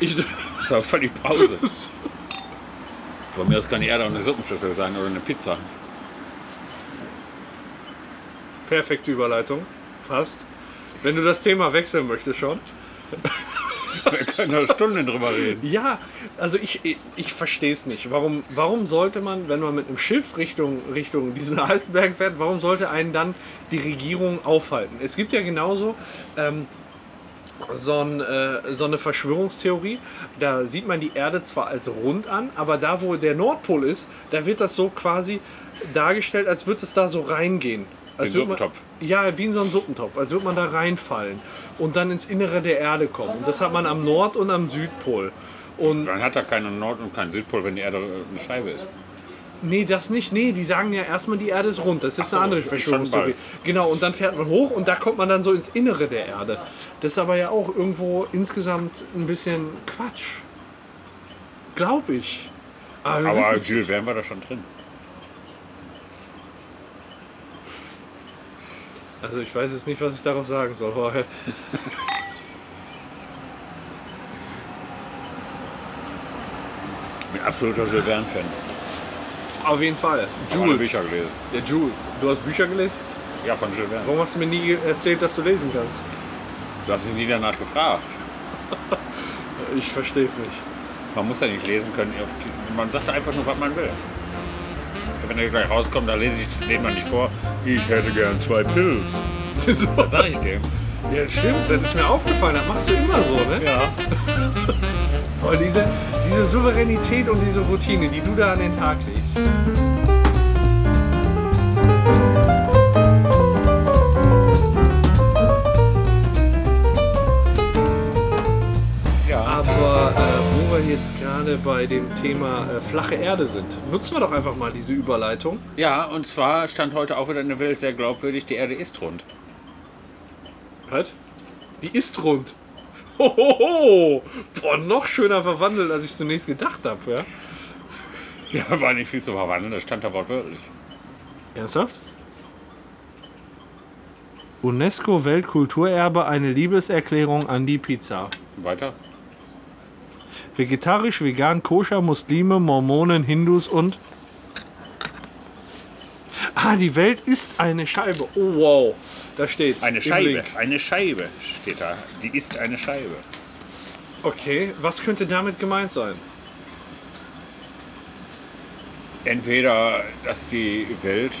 ich, Das ist ja völlig Pause. Von mir aus kann die Erde auch eine Suppenschüssel sein oder eine Pizza. perfekte Überleitung. Fast. Wenn du das Thema wechseln möchtest schon. Wir können da Stunden drüber reden. Ja, also ich, ich verstehe es nicht. Warum, warum sollte man, wenn man mit einem Schiff Richtung, Richtung diesen Eisberg fährt, warum sollte einen dann die Regierung aufhalten? Es gibt ja genauso ähm, so, ein, äh, so eine Verschwörungstheorie, da sieht man die Erde zwar als rund an, aber da, wo der Nordpol ist, da wird das so quasi dargestellt, als würde es da so reingehen. Als Wie ein würd man- Suppentopf. ja, wie in so einem Suppentopf, als würde man da reinfallen und dann ins Innere der Erde kommen. Und das hat man am Nord- und am Südpol. Und Dann hat er keinen Nord- und keinen Südpol, wenn die Erde eine Scheibe ist. Nee, das nicht. Nee, die sagen ja erstmal, die Erde ist rund. Das ist jetzt so, eine andere schon Verschwörungstheorie. Genau, und dann fährt man hoch und da kommt man dann so ins Innere der Erde. Das ist aber ja auch irgendwo insgesamt ein bisschen Quatsch. Glaub ich. Aber, wir Aber wissen's- Jules Verne war da schon drin. also ich weiß jetzt nicht, was ich darauf sagen soll. Jorge. Ich bin absoluter Jules Verne-Fan. Auf jeden Fall. Ich habe alle Jules. Bücher gelesen. Der Jules. Du hast Bücher gelesen? Ja, von Jules Verne. Warum hast du mir nie erzählt, dass du lesen kannst? Du hast ihn nie danach gefragt. Ich verstehe es nicht. Man muss ja nicht lesen können. Man sagt einfach nur, was man will. Wenn er gleich rauskommt, dann lese ich dem noch nicht vor. Ich hätte gern zwei Pills. Wieso? Was sag ich dem? Ja, stimmt, das ist mir aufgefallen. Das machst du immer so, ne? Ja. Boah, diese, diese Souveränität und diese Routine, die du da an den Tag legst. Ja. Aber äh, wo wir jetzt gerade bei dem Thema äh, flache Erde sind, nutzen wir doch einfach mal diese Überleitung. Ja, und zwar stand heute auch wieder in der Welt sehr glaubwürdig, die Erde ist rund. Was? Die ist rund. Hohoho! Boah, noch schöner verwandelt, als ich zunächst gedacht habe, ja? Ja, war nicht viel zu verwandeln, das stand da wortwörtlich. Ernsthaft? UNESCO Weltkulturerbe eine Liebeserklärung an die Pizza. Weiter? Vegetarisch, vegan, koscher, Muslime, Mormonen, Hindus und. Ah, die Welt ist eine Scheibe. Oh, wow. Da steht's. Eine im Scheibe, Link. eine Scheibe steht da. Die ist eine Scheibe. Okay, was könnte damit gemeint sein? Entweder, dass die Welt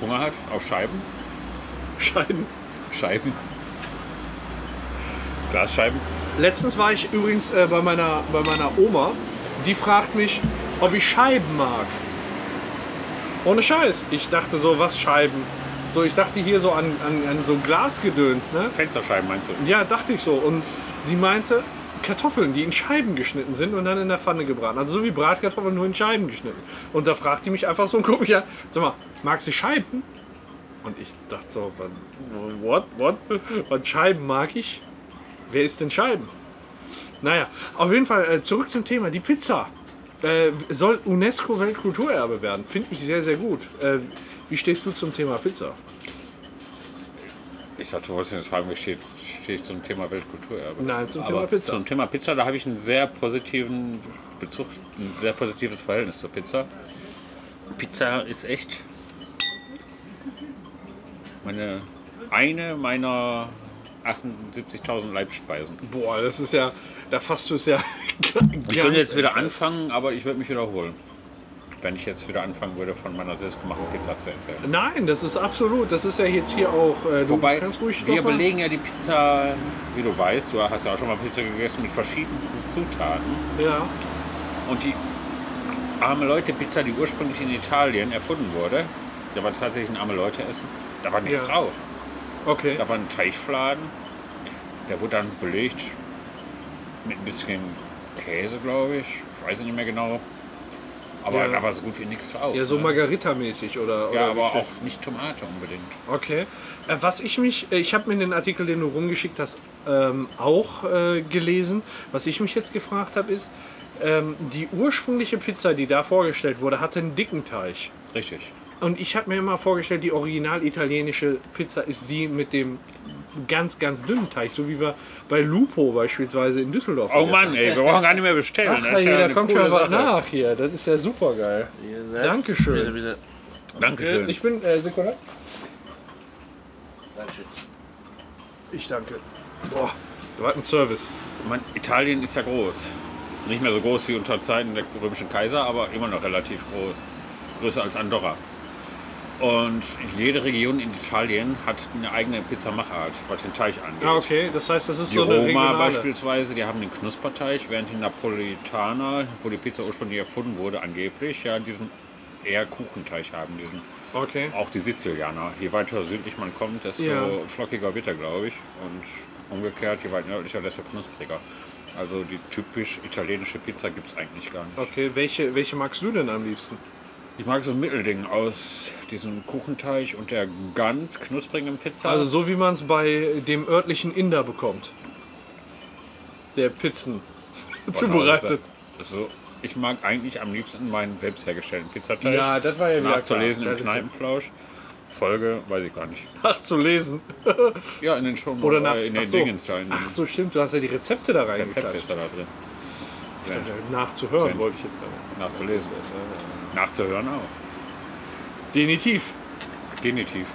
Hunger hat auf Scheiben, Scheiden. Scheiben, Glasscheiben. Letztens war ich übrigens äh, bei, meiner, bei meiner Oma. Die fragt mich, ob ich Scheiben mag. Ohne Scheiß. Ich dachte so, was Scheiben? So, ich dachte hier so an, an, an so Glasgedöns, ne? Fensterscheiben meinst du? Ja, dachte ich so. Und sie meinte, Kartoffeln, die in Scheiben geschnitten sind und dann in der Pfanne gebraten. Also so wie Bratkartoffeln, nur in Scheiben geschnitten. Und da fragt die mich einfach so und guckt mich an, sag mal, magst du Scheiben? Und ich dachte so, wa- what, what? Was Scheiben mag ich? Wer isst denn Scheiben? Naja, auf jeden Fall äh, zurück zum Thema, die Pizza. Äh, soll UNESCO Weltkulturerbe werden. Finde ich sehr, sehr gut. Äh, wie stehst du zum Thema Pizza? Ich dachte, du wolltest jetzt fragen, wie steht, stehe ich zum Thema Weltkulturerbe? Nein, zum Aber Thema Pizza. Zum Thema Pizza, da habe ich einen sehr positiven Bezug, ein sehr positives Verhältnis zur Pizza. Pizza ist echt meine, eine meiner 78.000 Leibspeisen. Boah, das ist ja, da fasst du es ja Ich könnte jetzt wieder anfangen, aber ich würde mich wiederholen. Wenn ich jetzt wieder anfangen würde, von meiner selbstgemachten Pizza zu erzählen. Nein, das ist absolut. Das ist ja jetzt hier auch. Äh, du Wobei, kannst ruhig wir doch mal- belegen ja die Pizza, wie du weißt, du hast ja auch schon mal Pizza gegessen, mit verschiedensten Zutaten. Ja. Und die arme Leute-Pizza, die ursprünglich in Italien erfunden wurde, da war tatsächlich ein arme Leute-Essen. Da war nichts Ja. drauf. Okay. Da war ein Teichfladen, der wurde dann belegt mit ein bisschen Käse, glaube ich. Ich weiß nicht mehr genau. Aber Ja. da war so gut wie nichts drauf. Ja, so ne? Margarita-mäßig oder. ja oder aber wie auch steht- nicht Tomate unbedingt. Okay. Äh, was ich mich, äh, ich habe mir den Artikel, den du rumgeschickt hast, ähm, auch äh, gelesen. Was ich mich jetzt gefragt habe, ist, ähm, die ursprüngliche Pizza, die da vorgestellt wurde, hatte einen dicken Teig. Richtig. Und ich habe mir immer vorgestellt, die original italienische Pizza ist die mit dem ganz, ganz dünnen Teig, so wie wir bei Lupo beispielsweise in Düsseldorf. Oh Mann, ey, wir brauchen gar nicht mehr bestellen. Ach, das ist hier, ja da eine kommt coole schon was ne? Sache. nach hier. Das ist ja super geil. Ihr seid- Dankeschön. Bitte, bitte. Dankeschön. Ich bin, äh, Sekunde. Dankeschön. Ich danke. Boah, was ein Service. Man, Italien ist ja groß. Nicht mehr so groß wie unter Zeiten der römischen Kaiser, aber immer noch relativ groß. Größer als Andorra. Und jede Region in Italien hat eine eigene Pizzamachart, was den Teig angeht. Ah, okay, das heißt, das ist Die so eine Roma regionale. beispielsweise, die haben den Knusperteig, während die Napolitaner, wo die Pizza ursprünglich erfunden wurde, angeblich, ja diesen eher Kuchenteig haben. Diesen. Okay. Auch die Sizilianer. Je weiter südlich man kommt, desto Ja. flockiger wird er, glaube ich. Und umgekehrt, je weiter nördlicher, desto knuspriger. Also die typisch italienische Pizza gibt es eigentlich gar nicht. Okay, welche, welche magst du denn am liebsten? Ich mag so ein Mittelding aus diesem Kuchenteig und der ganz knusprigen Pizza. Also so wie man es bei dem örtlichen Inder bekommt. Der Pizzen zubereitet. Also, ich mag eigentlich am liebsten meinen selbst hergestellten Pizzateig. Ja, das war ja wieder Nachzulesen klar. im Das ist ja- Kneipenplausch. Folge, weiß ich gar nicht. Nachzulesen. Ja, in den Show Oder nach, Äh, in ach, den so. Dingens da, in den ach so, stimmt, du hast ja die Rezepte da Rezept reingeklatscht. ist da, da drin. Nachzuhören Stimmt. wollte ich jetzt gerade. Nachzulesen. Äh. Nachzuhören auch. Definitiv. Genitiv.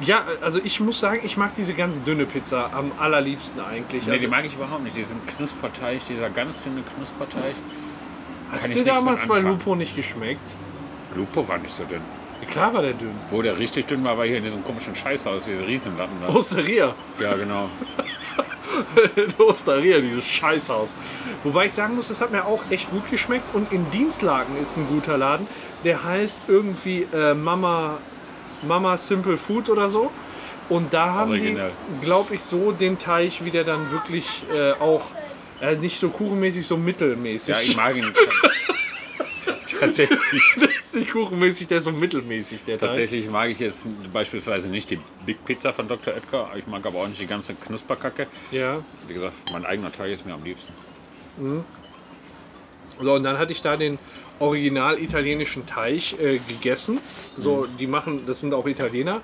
Ja, also ich muss sagen, ich mag diese ganz dünne Pizza am allerliebsten eigentlich. Nee, also, die mag ich überhaupt nicht. Diesen Knusperteig, dieser ganz dünne Knusperteig. hat's kann ich dir nichts damals mit bei anfangen. Lupo nicht geschmeckt? Lupo war nicht so dünn. Klar war der dünn. Wo der richtig dünn war, war hier in diesem komischen Scheißhaus, diese Riesenlappen Oh. da. Osteria. Ja, genau. In Osteria, dieses Scheißhaus. Wobei ich sagen muss, das hat mir auch echt gut geschmeckt. Und in Dienstlaken ist ein guter Laden. Der heißt irgendwie äh, Mama, Mama Simple Food oder so. Und da haben Original. die, glaube ich, so den Teich, wie der dann wirklich äh, auch äh, nicht so kuchenmäßig, so mittelmäßig. Ja, ich mag ihn. Tatsächlich. nicht kuchenmäßig, der ist so mittelmäßig, der Teig. Tatsächlich mag ich jetzt beispielsweise nicht die Big Pizza von Dr. Oetker. Ich mag aber auch nicht die ganze Knusperkacke. Ja. Wie gesagt, mein eigener Teig ist mir am liebsten. So, und dann hatte ich da den original italienischen Teich äh, gegessen. So, die machen, das sind auch Italiener,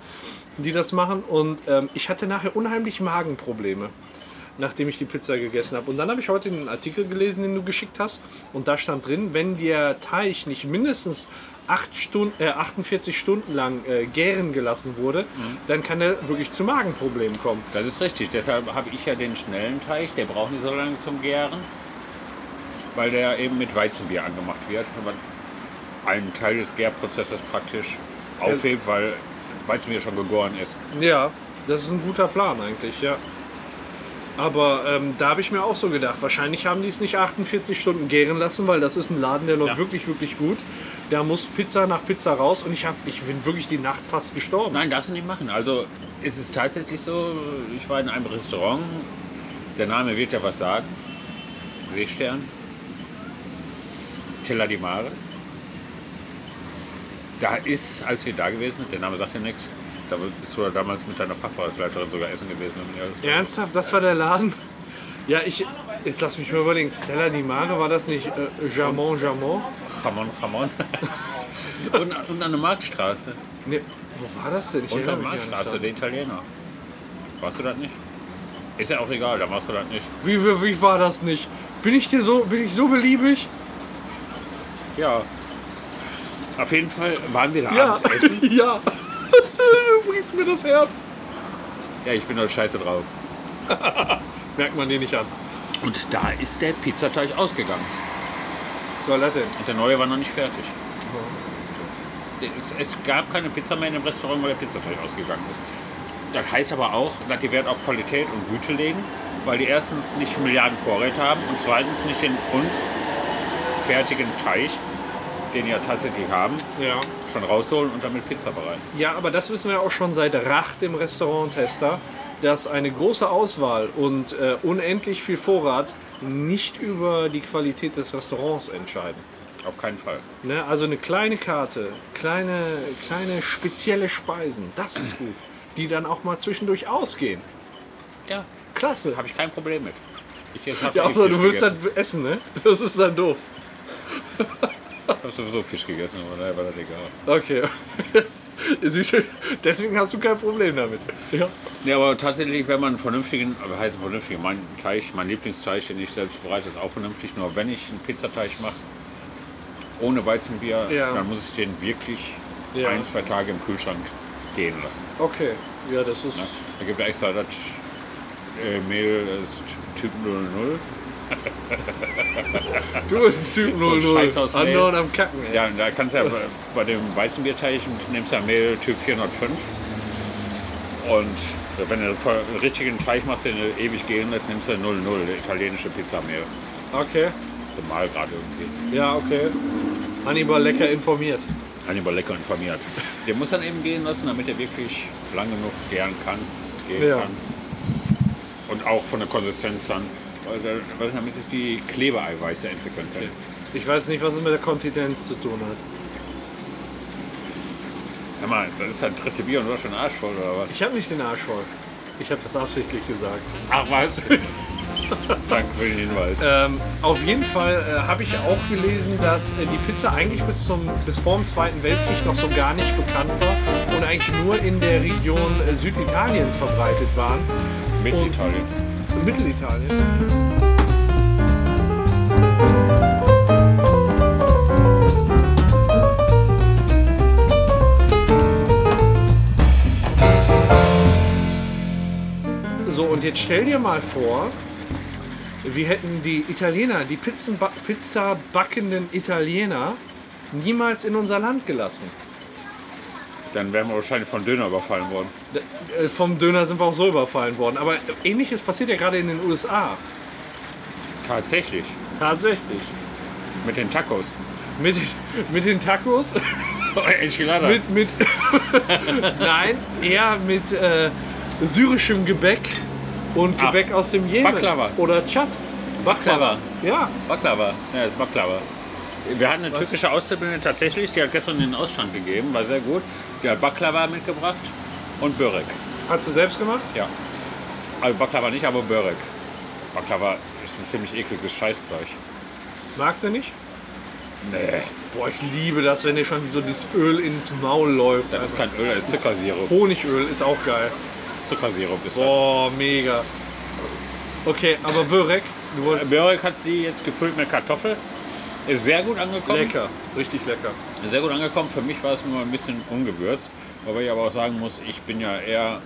die das machen. Und ähm, ich hatte nachher unheimlich Magenprobleme, nachdem ich die Pizza gegessen habe. Und dann habe ich heute einen Artikel gelesen, den du geschickt hast. Und da stand drin, wenn der Teich nicht mindestens acht Stunden, äh, 48 Stunden lang äh, gären gelassen wurde, dann kann er wirklich zu Magenproblemen kommen. Das ist richtig. Deshalb habe ich ja den schnellen Teig. Der braucht nicht so lange zum Gären, weil der eben mit Weizenbier angemacht wird. Wenn man einen Teil des Gärprozesses praktisch aufhebt, weil Weizenbier schon gegoren ist. Ja, das ist ein guter Plan eigentlich, ja. Aber ähm, da habe ich mir auch so gedacht, wahrscheinlich haben die es nicht 48 Stunden gären lassen, weil das ist ein Laden, der läuft Ja. wirklich, wirklich gut. Da muss Pizza nach Pizza raus und ich, hab, ich bin wirklich die Nacht fast gestorben. Nein, darfst du nicht machen. Also ist es tatsächlich so, ich war in einem Restaurant, der Name wird ja was sagen. Seestern. Stella di Mare. Da ist, als wir da gewesen sind, der Name sagt ja nichts, da bist du ja damals mit deiner Fachbereichsleiterin sogar essen gewesen. im Restaurant. Ernsthaft, das war der Laden? Ja, ich. Jetzt lass mich mal überlegen. Stella di Mare, war das nicht äh, Jamon Jamon? Jamon, Jamon. und, und an der Marktstraße. Nee, Ne, wo war das denn? Ich Unter der erinnere mich gar nicht Marktstraße, daran. der Italiener. Warst du das nicht? Ist ja auch egal, da warst du das nicht. Wie, wie, wie war das nicht? Bin ich dir so, bin ich so beliebig? Ja. Auf jeden Fall waren wir da Ja. Abendessen. ja. du brichst mir das Herz. Ja, ich bin dort scheiße drauf. Merkt man den nicht an. Und da ist der Pizzateig ausgegangen. Soll das denn? Und der neue war noch nicht fertig. Es, es gab keine Pizza mehr in dem Restaurant, weil der Pizzateig ausgegangen ist. Das heißt aber auch, dass die Wert auf Qualität und Güte legen, weil die erstens nicht Milliarden Vorräte haben und zweitens nicht den unfertigen Teig, den die ja tatsächlich haben, Ja. schon rausholen und damit Pizza bereiten. Ja, aber das wissen wir auch schon seit Racht im Restaurant-Tester, dass eine große Auswahl und äh, unendlich viel Vorrat nicht über die Qualität des Restaurants entscheiden. Auf keinen Fall. Ne? Also eine kleine Karte, kleine, kleine spezielle Speisen, das ist gut. Die dann auch mal zwischendurch ausgehen. Ja, also, Klasse. habe ich kein Problem mit. Ich jetzt Ja, außer du willst dann essen, ne? Das ist dann doof. Ich habe sowieso Fisch gegessen, aber naja, war das egal. Okay. Siehst du, Deswegen hast du kein Problem damit. Ja. Ja, aber tatsächlich, wenn man einen vernünftigen, aber heißt vernünftigen, mein Teich, mein Lieblingsteich, den ich selbst bereite, ist auch vernünftig. Nur wenn ich einen Pizzateich mache, ohne Weizenbier, Ja. dann muss ich den wirklich Ja. ein, zwei Tage im Kühlschrank gehen lassen. Okay. Ja, das ist. Da gibt es extra das äh, Mehl, das ist Typ 00. Du bist ein Typ ein 00. Scheißhaus, ey. Andauernd am Kacken, ey. Ja, und da kannst du ja bei, bei dem Weizenbierteich nimmst du ja Mehl Typ 405. Und wenn du einen richtigen Teich machst, den du ewig gehen lässt, nimmst du 00, italienische Pizzamehl. Okay. Zumal gerade irgendwie. Ja, okay. Hannibal lecker informiert. Hannibal lecker informiert. Den muss dann eben gehen lassen, damit er wirklich lang genug gären kann. Gehen Ja. kann. Und auch von der Konsistenz dann, weil da- weil damit sich die Klebeeiweiße entwickeln können. Ich weiß nicht, was es mit der Kontinenz zu tun hat. Hör mal, das ist halt dritte Bier und du hast schon den Arsch voll oder was? Ich habe nicht den Arsch voll. Ich habe das absichtlich gesagt. Ach was? Danke für den Hinweis. Ähm, auf jeden Fall äh, habe ich auch gelesen, dass äh, die Pizza eigentlich bis, zum, bis vor dem Zweiten Weltkrieg noch so gar nicht bekannt war und eigentlich nur in der Region äh, Süditaliens verbreitet waren. Mit und- Italien. Mittelitalien. So, und jetzt stell dir mal vor, wir hätten die Italiener, die Pizzenba Pizza backenden Italiener, niemals in unser Land gelassen. Dann wären wir wahrscheinlich von Döner überfallen worden. D- äh, Vom Döner sind wir auch so überfallen worden. Aber ähnliches passiert ja gerade in den USA. Tatsächlich. Tatsächlich. Mit den Tacos. Mit, mit den Tacos? Oh, Enchiladas. Mit, mit Nein, eher mit äh, syrischem Gebäck und Ah, Gebäck aus dem Jemen. Baklava. Oder Tschad. Baklava. Ja, Baklava. Ja, ist Baklava. Wir hatten eine türkische Auszubildende tatsächlich, die hat gestern in den Ausstand gegeben, war sehr gut. Die hat Baklava mitgebracht und Börek. hast du selbst gemacht? Ja. Also Baklava nicht, aber Börek. Baklava ist ein ziemlich ekliges Scheißzeug. Magst du nicht? Nee. Boah, ich liebe das, wenn dir schon so dieses Öl ins Maul läuft. Das ist kein Öl, das ist Zuckersirup. Honigöl ist auch geil. Zuckersirup ist das. Boah, mega. Okay, aber Börek, du wolltest... Börek hat sie jetzt gefüllt mit Kartoffel. Ist sehr gut angekommen. lecker, richtig lecker. Sehr gut angekommen. Für mich war es nur ein bisschen ungewürzt. Wobei ich aber auch sagen muss, ich bin ja eher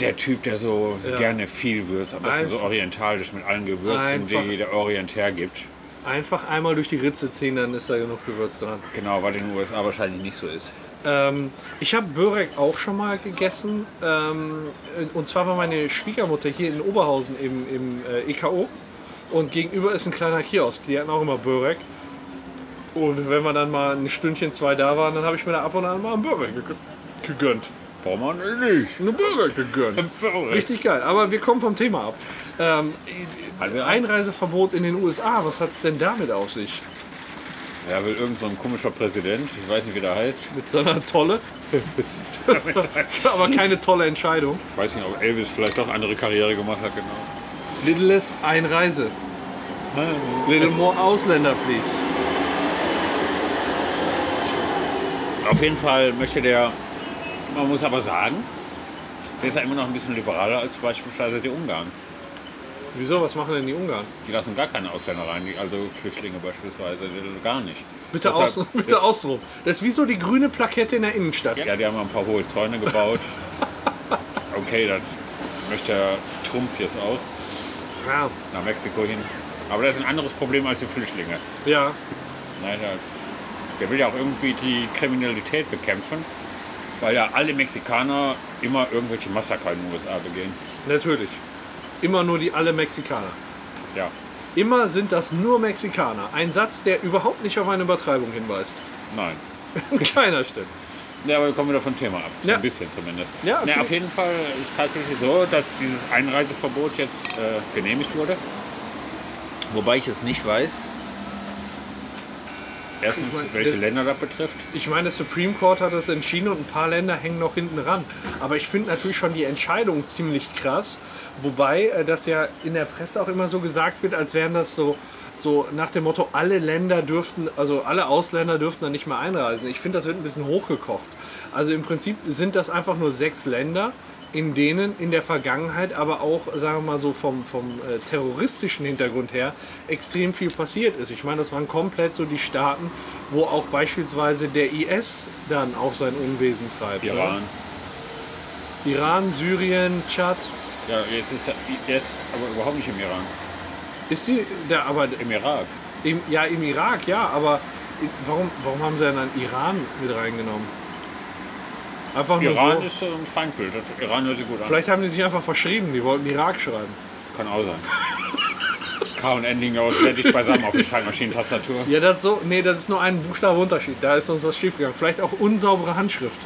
der Typ, der so gerne viel würzt. Am besten so Einfach- orientalisch mit allen Gewürzen, die Einfach- der Orient hergibt. Einfach einmal durch die Ritze ziehen, dann ist da genug Gewürz dran. Genau, was in den USA wahrscheinlich nicht so ist. Ähm, ich habe Börek auch schon mal gegessen. Ähm, und zwar war meine Schwiegermutter hier in Oberhausen im, im äh, EKO. Und gegenüber ist ein kleiner Kiosk. Die hatten auch immer Börek. Und wenn wir dann mal ein Stündchen, zwei da waren, dann habe ich mir da ab und an mal einen Börek geg- gegönnt. Braucht man nicht. Eine Börek gegönnt. Börek. Richtig geil. Aber wir kommen vom Thema ab. Ähm, Halten wir ein. Einreiseverbot in den USA. Was hat es denn damit auf sich? Ja, will irgend so ein komischer Präsident, ich weiß nicht, wie der heißt. Mit so einer tolle, ich aber keine tolle Entscheidung. weiß nicht, ob Elvis vielleicht doch andere Karriere gemacht hat, genau. Little less Einreise. Ne? Little more Ausländer, please. Auf jeden Fall möchte der, man muss aber sagen, der ist ja immer noch ein bisschen liberaler als beispielsweise die Ungarn. Wieso? Was machen denn die Ungarn? Die lassen gar keine Ausländer rein, die- also Flüchtlinge beispielsweise, die- gar nicht. Bitte, Deshalb- aus, bitte außenrum. Das ist wie so die grüne Plakette in der Innenstadt. Ja, die haben ein paar hohe Zäune gebaut. okay, das möchte der Trump jetzt auch, Ja. nach Mexiko hin. Aber das ist ein anderes Problem als die Flüchtlinge. ja. Nein, das, der will ja auch irgendwie die Kriminalität bekämpfen, weil ja alle Mexikaner immer irgendwelche Massaker in den USA begehen. natürlich. Immer nur die alle Mexikaner. Ja, Immer sind das nur Mexikaner. Ein Satz, der überhaupt nicht auf eine Übertreibung hinweist. nein. An keiner Stelle. Ja, aber wir kommen wieder vom Thema ab. So Ja. Ein bisschen zumindest. Ja, Na, viel- auf jeden Fall ist tatsächlich so, dass dieses Einreiseverbot jetzt äh, genehmigt wurde. Wobei ich es nicht weiß. Erstens, Ich mein, welche der- Länder das betrifft. Ich meine, das Supreme Court hat das entschieden und ein paar Länder hängen noch hinten ran. Aber ich finde natürlich schon die Entscheidung ziemlich krass. Wobei äh, das ja in der Presse auch immer so gesagt wird, als wären das so, so nach dem Motto, alle Länder dürften, also alle Ausländer dürften da nicht mehr einreisen. Ich finde, das wird ein bisschen hochgekocht. Also im Prinzip sind das einfach nur sechs Länder, in denen in der Vergangenheit aber auch, sagen wir mal so, vom, vom äh, terroristischen Hintergrund her extrem viel passiert ist. Ich meine, das waren komplett so die Staaten, wo auch beispielsweise der IS dann auch sein Unwesen treibt. ne? Iran. Iran, Syrien, Tschad. Ja, jetzt ist er jetzt aber überhaupt nicht im Iran. Ist sie da aber Im Irak. im, ja im Irak, ja, aber warum, warum haben sie denn dann Iran mit reingenommen? Einfach nur Iran so. ist so ein Feindbild. Das- Iran hört sich gut an. Vielleicht haben die sich einfach verschrieben, die wollten Irak schreiben. Kann auch sein. K und N liegen auch sehr dicht beisammen auf der Schreibmaschinentastatur. Ja, das so, nee, das ist nur ein Buchstabe Unterschied. Da ist uns was schiefgegangen. Vielleicht auch unsaubere Handschrift.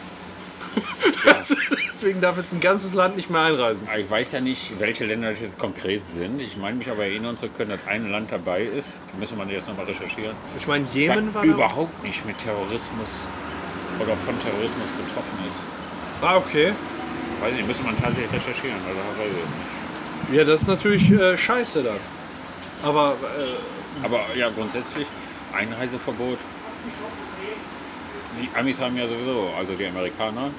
Das ist Deswegen darf jetzt ein ganzes Land nicht mehr einreisen. Ich weiß ja nicht, welche Länder das jetzt konkret sind. Ich meine mich aber erinnern zu können, dass ein Land dabei ist. Da müssen wir jetzt nochmal recherchieren. Ich meine, Das Jemen war da. überhaupt nicht mit Terrorismus oder von Terrorismus betroffen ist. Ah, okay. Weiß nicht, müsste man tatsächlich recherchieren. Also weiß ich es nicht. Ja, das ist natürlich äh, scheiße dann. Aber äh, Aber ja, grundsätzlich Einreiseverbot. Die Amis haben ja sowieso, also die Amerikaner,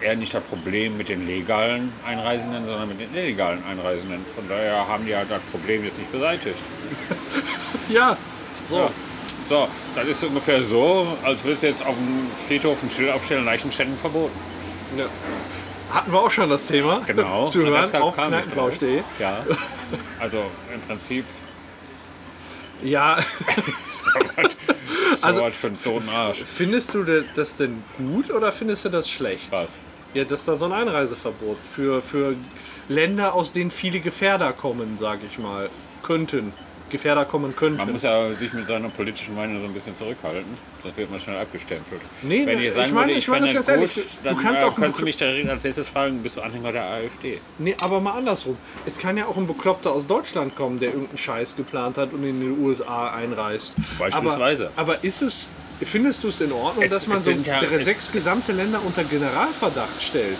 eher nicht das Problem mit den legalen Einreisenden, sondern mit den illegalen Einreisenden. Von daher haben die ja das Problem jetzt nicht beseitigt. ja, so. So. So, das ist ungefähr so, als würdest du jetzt auf dem Friedhof ein Schild aufstellen, Leichenschänden verboten. Ja. Hatten wir auch schon das Thema. Genau. Zu Und hören deshalb auf kam ich drauf. knackenblausch.de. Ja. Also im Prinzip Ja, so Also- was für einen toten Arsch. findest du de- das denn gut oder findest du das schlecht? Was? Ja, dass da so ein Einreiseverbot für, für Länder, aus denen viele Gefährder kommen, sage ich mal, könnten. Gefährder kommen Man könnten. muss ja sich mit seiner politischen Meinung so ein bisschen zurückhalten, sonst wird man schnell abgestempelt. Nee, Wenn ne, ihr sagen ich meine- würde, ich, ich meine fände das das ganz gut, ehrlich, du- du dann kannst äh, auch- kannst du mich da als nächstes fragen, bist du Anhänger der AfD? Nee, aber mal andersrum. Es kann ja auch ein Bekloppter aus Deutschland kommen, der irgendeinen Scheiß geplant hat und in die USA einreist. Beispielsweise. Aber, aber ist es, findest du es in Ordnung, Es- dass man es so sind ja- drei- es- sechs es- gesamte Länder unter Generalverdacht stellt?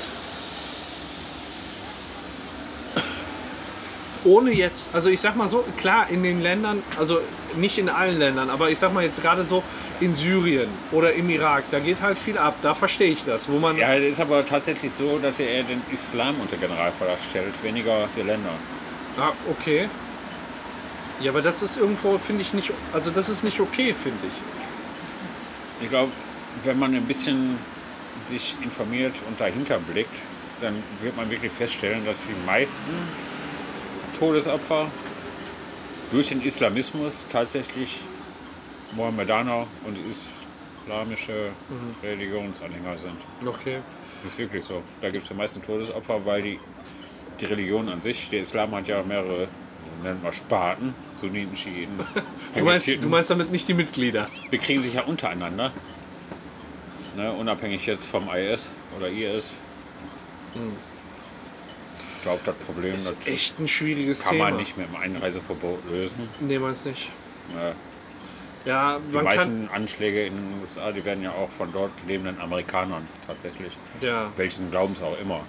Ohne jetzt, also ich sag mal so, klar, in den Ländern, also nicht in allen Ländern, aber ich sag mal jetzt gerade so in Syrien oder im Irak, da geht halt viel ab, da verstehe ich das, wo man Ja, es ist aber tatsächlich so, dass ihr eher den Islam unter Generalverdacht stellt, weniger die Länder. Ah, okay. Ja, aber das ist irgendwo, finde ich, nicht. Also, das ist nicht okay, finde ich. Ich glaube, wenn man ein bisschen sich informiert und dahinter blickt, dann wird man wirklich feststellen, dass die meisten Todesopfer durch den Islamismus tatsächlich Mohammedaner und islamische Mhm. Religionsanhänger sind. Okay. Das ist wirklich so. Da gibt es die meisten Todesopfer, weil die, die Religion an sich, der Islam hat ja mehrere, nennt man Sparten, Sunniten, Schiiten. Du meinst, du meinst damit nicht die Mitglieder. bekriegen sich ja untereinander. Ne, unabhängig jetzt vom IS oder IS. Ich glaube, das Problem das Das ist echt ein schwieriges kann Thema. man nicht mit dem Einreiseverbot lösen. Nee, meinst nicht. Ne, Ja, Die man kann. meisten Anschläge in den USA, die werden ja auch von dort lebenden Amerikanern tatsächlich, Ja. welchen Glaubens auch immer,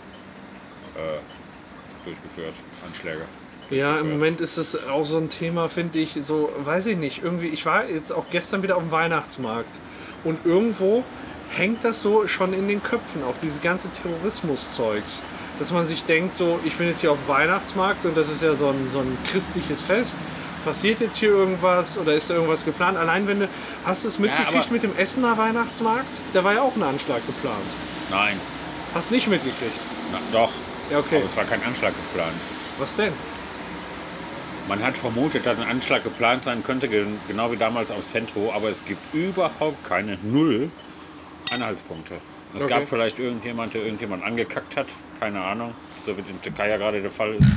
äh, durchgeführt. Anschläge. ja, im Moment ist es auch so ein Thema, finde ich, so, weiß ich nicht. Irgendwie, ich war jetzt auch gestern wieder auf dem Weihnachtsmarkt. Und irgendwo hängt das so schon in den Köpfen, auch dieses ganze Terrorismus-Zeugs. Dass man sich denkt, so, ich bin jetzt hier auf dem Weihnachtsmarkt und das ist ja so ein, so ein christliches Fest. Passiert jetzt hier irgendwas oder ist da irgendwas geplant? Allein wenn du, hast du es mitgekriegt aber- mit dem Essener Weihnachtsmarkt? Da war ja auch ein Anschlag geplant. Nein, Hast nicht mitgekriegt. na, doch. Ja, okay. Aber es war kein Anschlag geplant. Was denn? Man hat vermutet, dass ein Anschlag geplant sein könnte, gen- genau wie damals auf Centro, aber es gibt überhaupt keine Null Anhaltspunkte. Es Okay. gab vielleicht irgendjemand, der irgendjemand angekackt hat, keine Ahnung, so wie in Türkei ja gerade der Fall ist.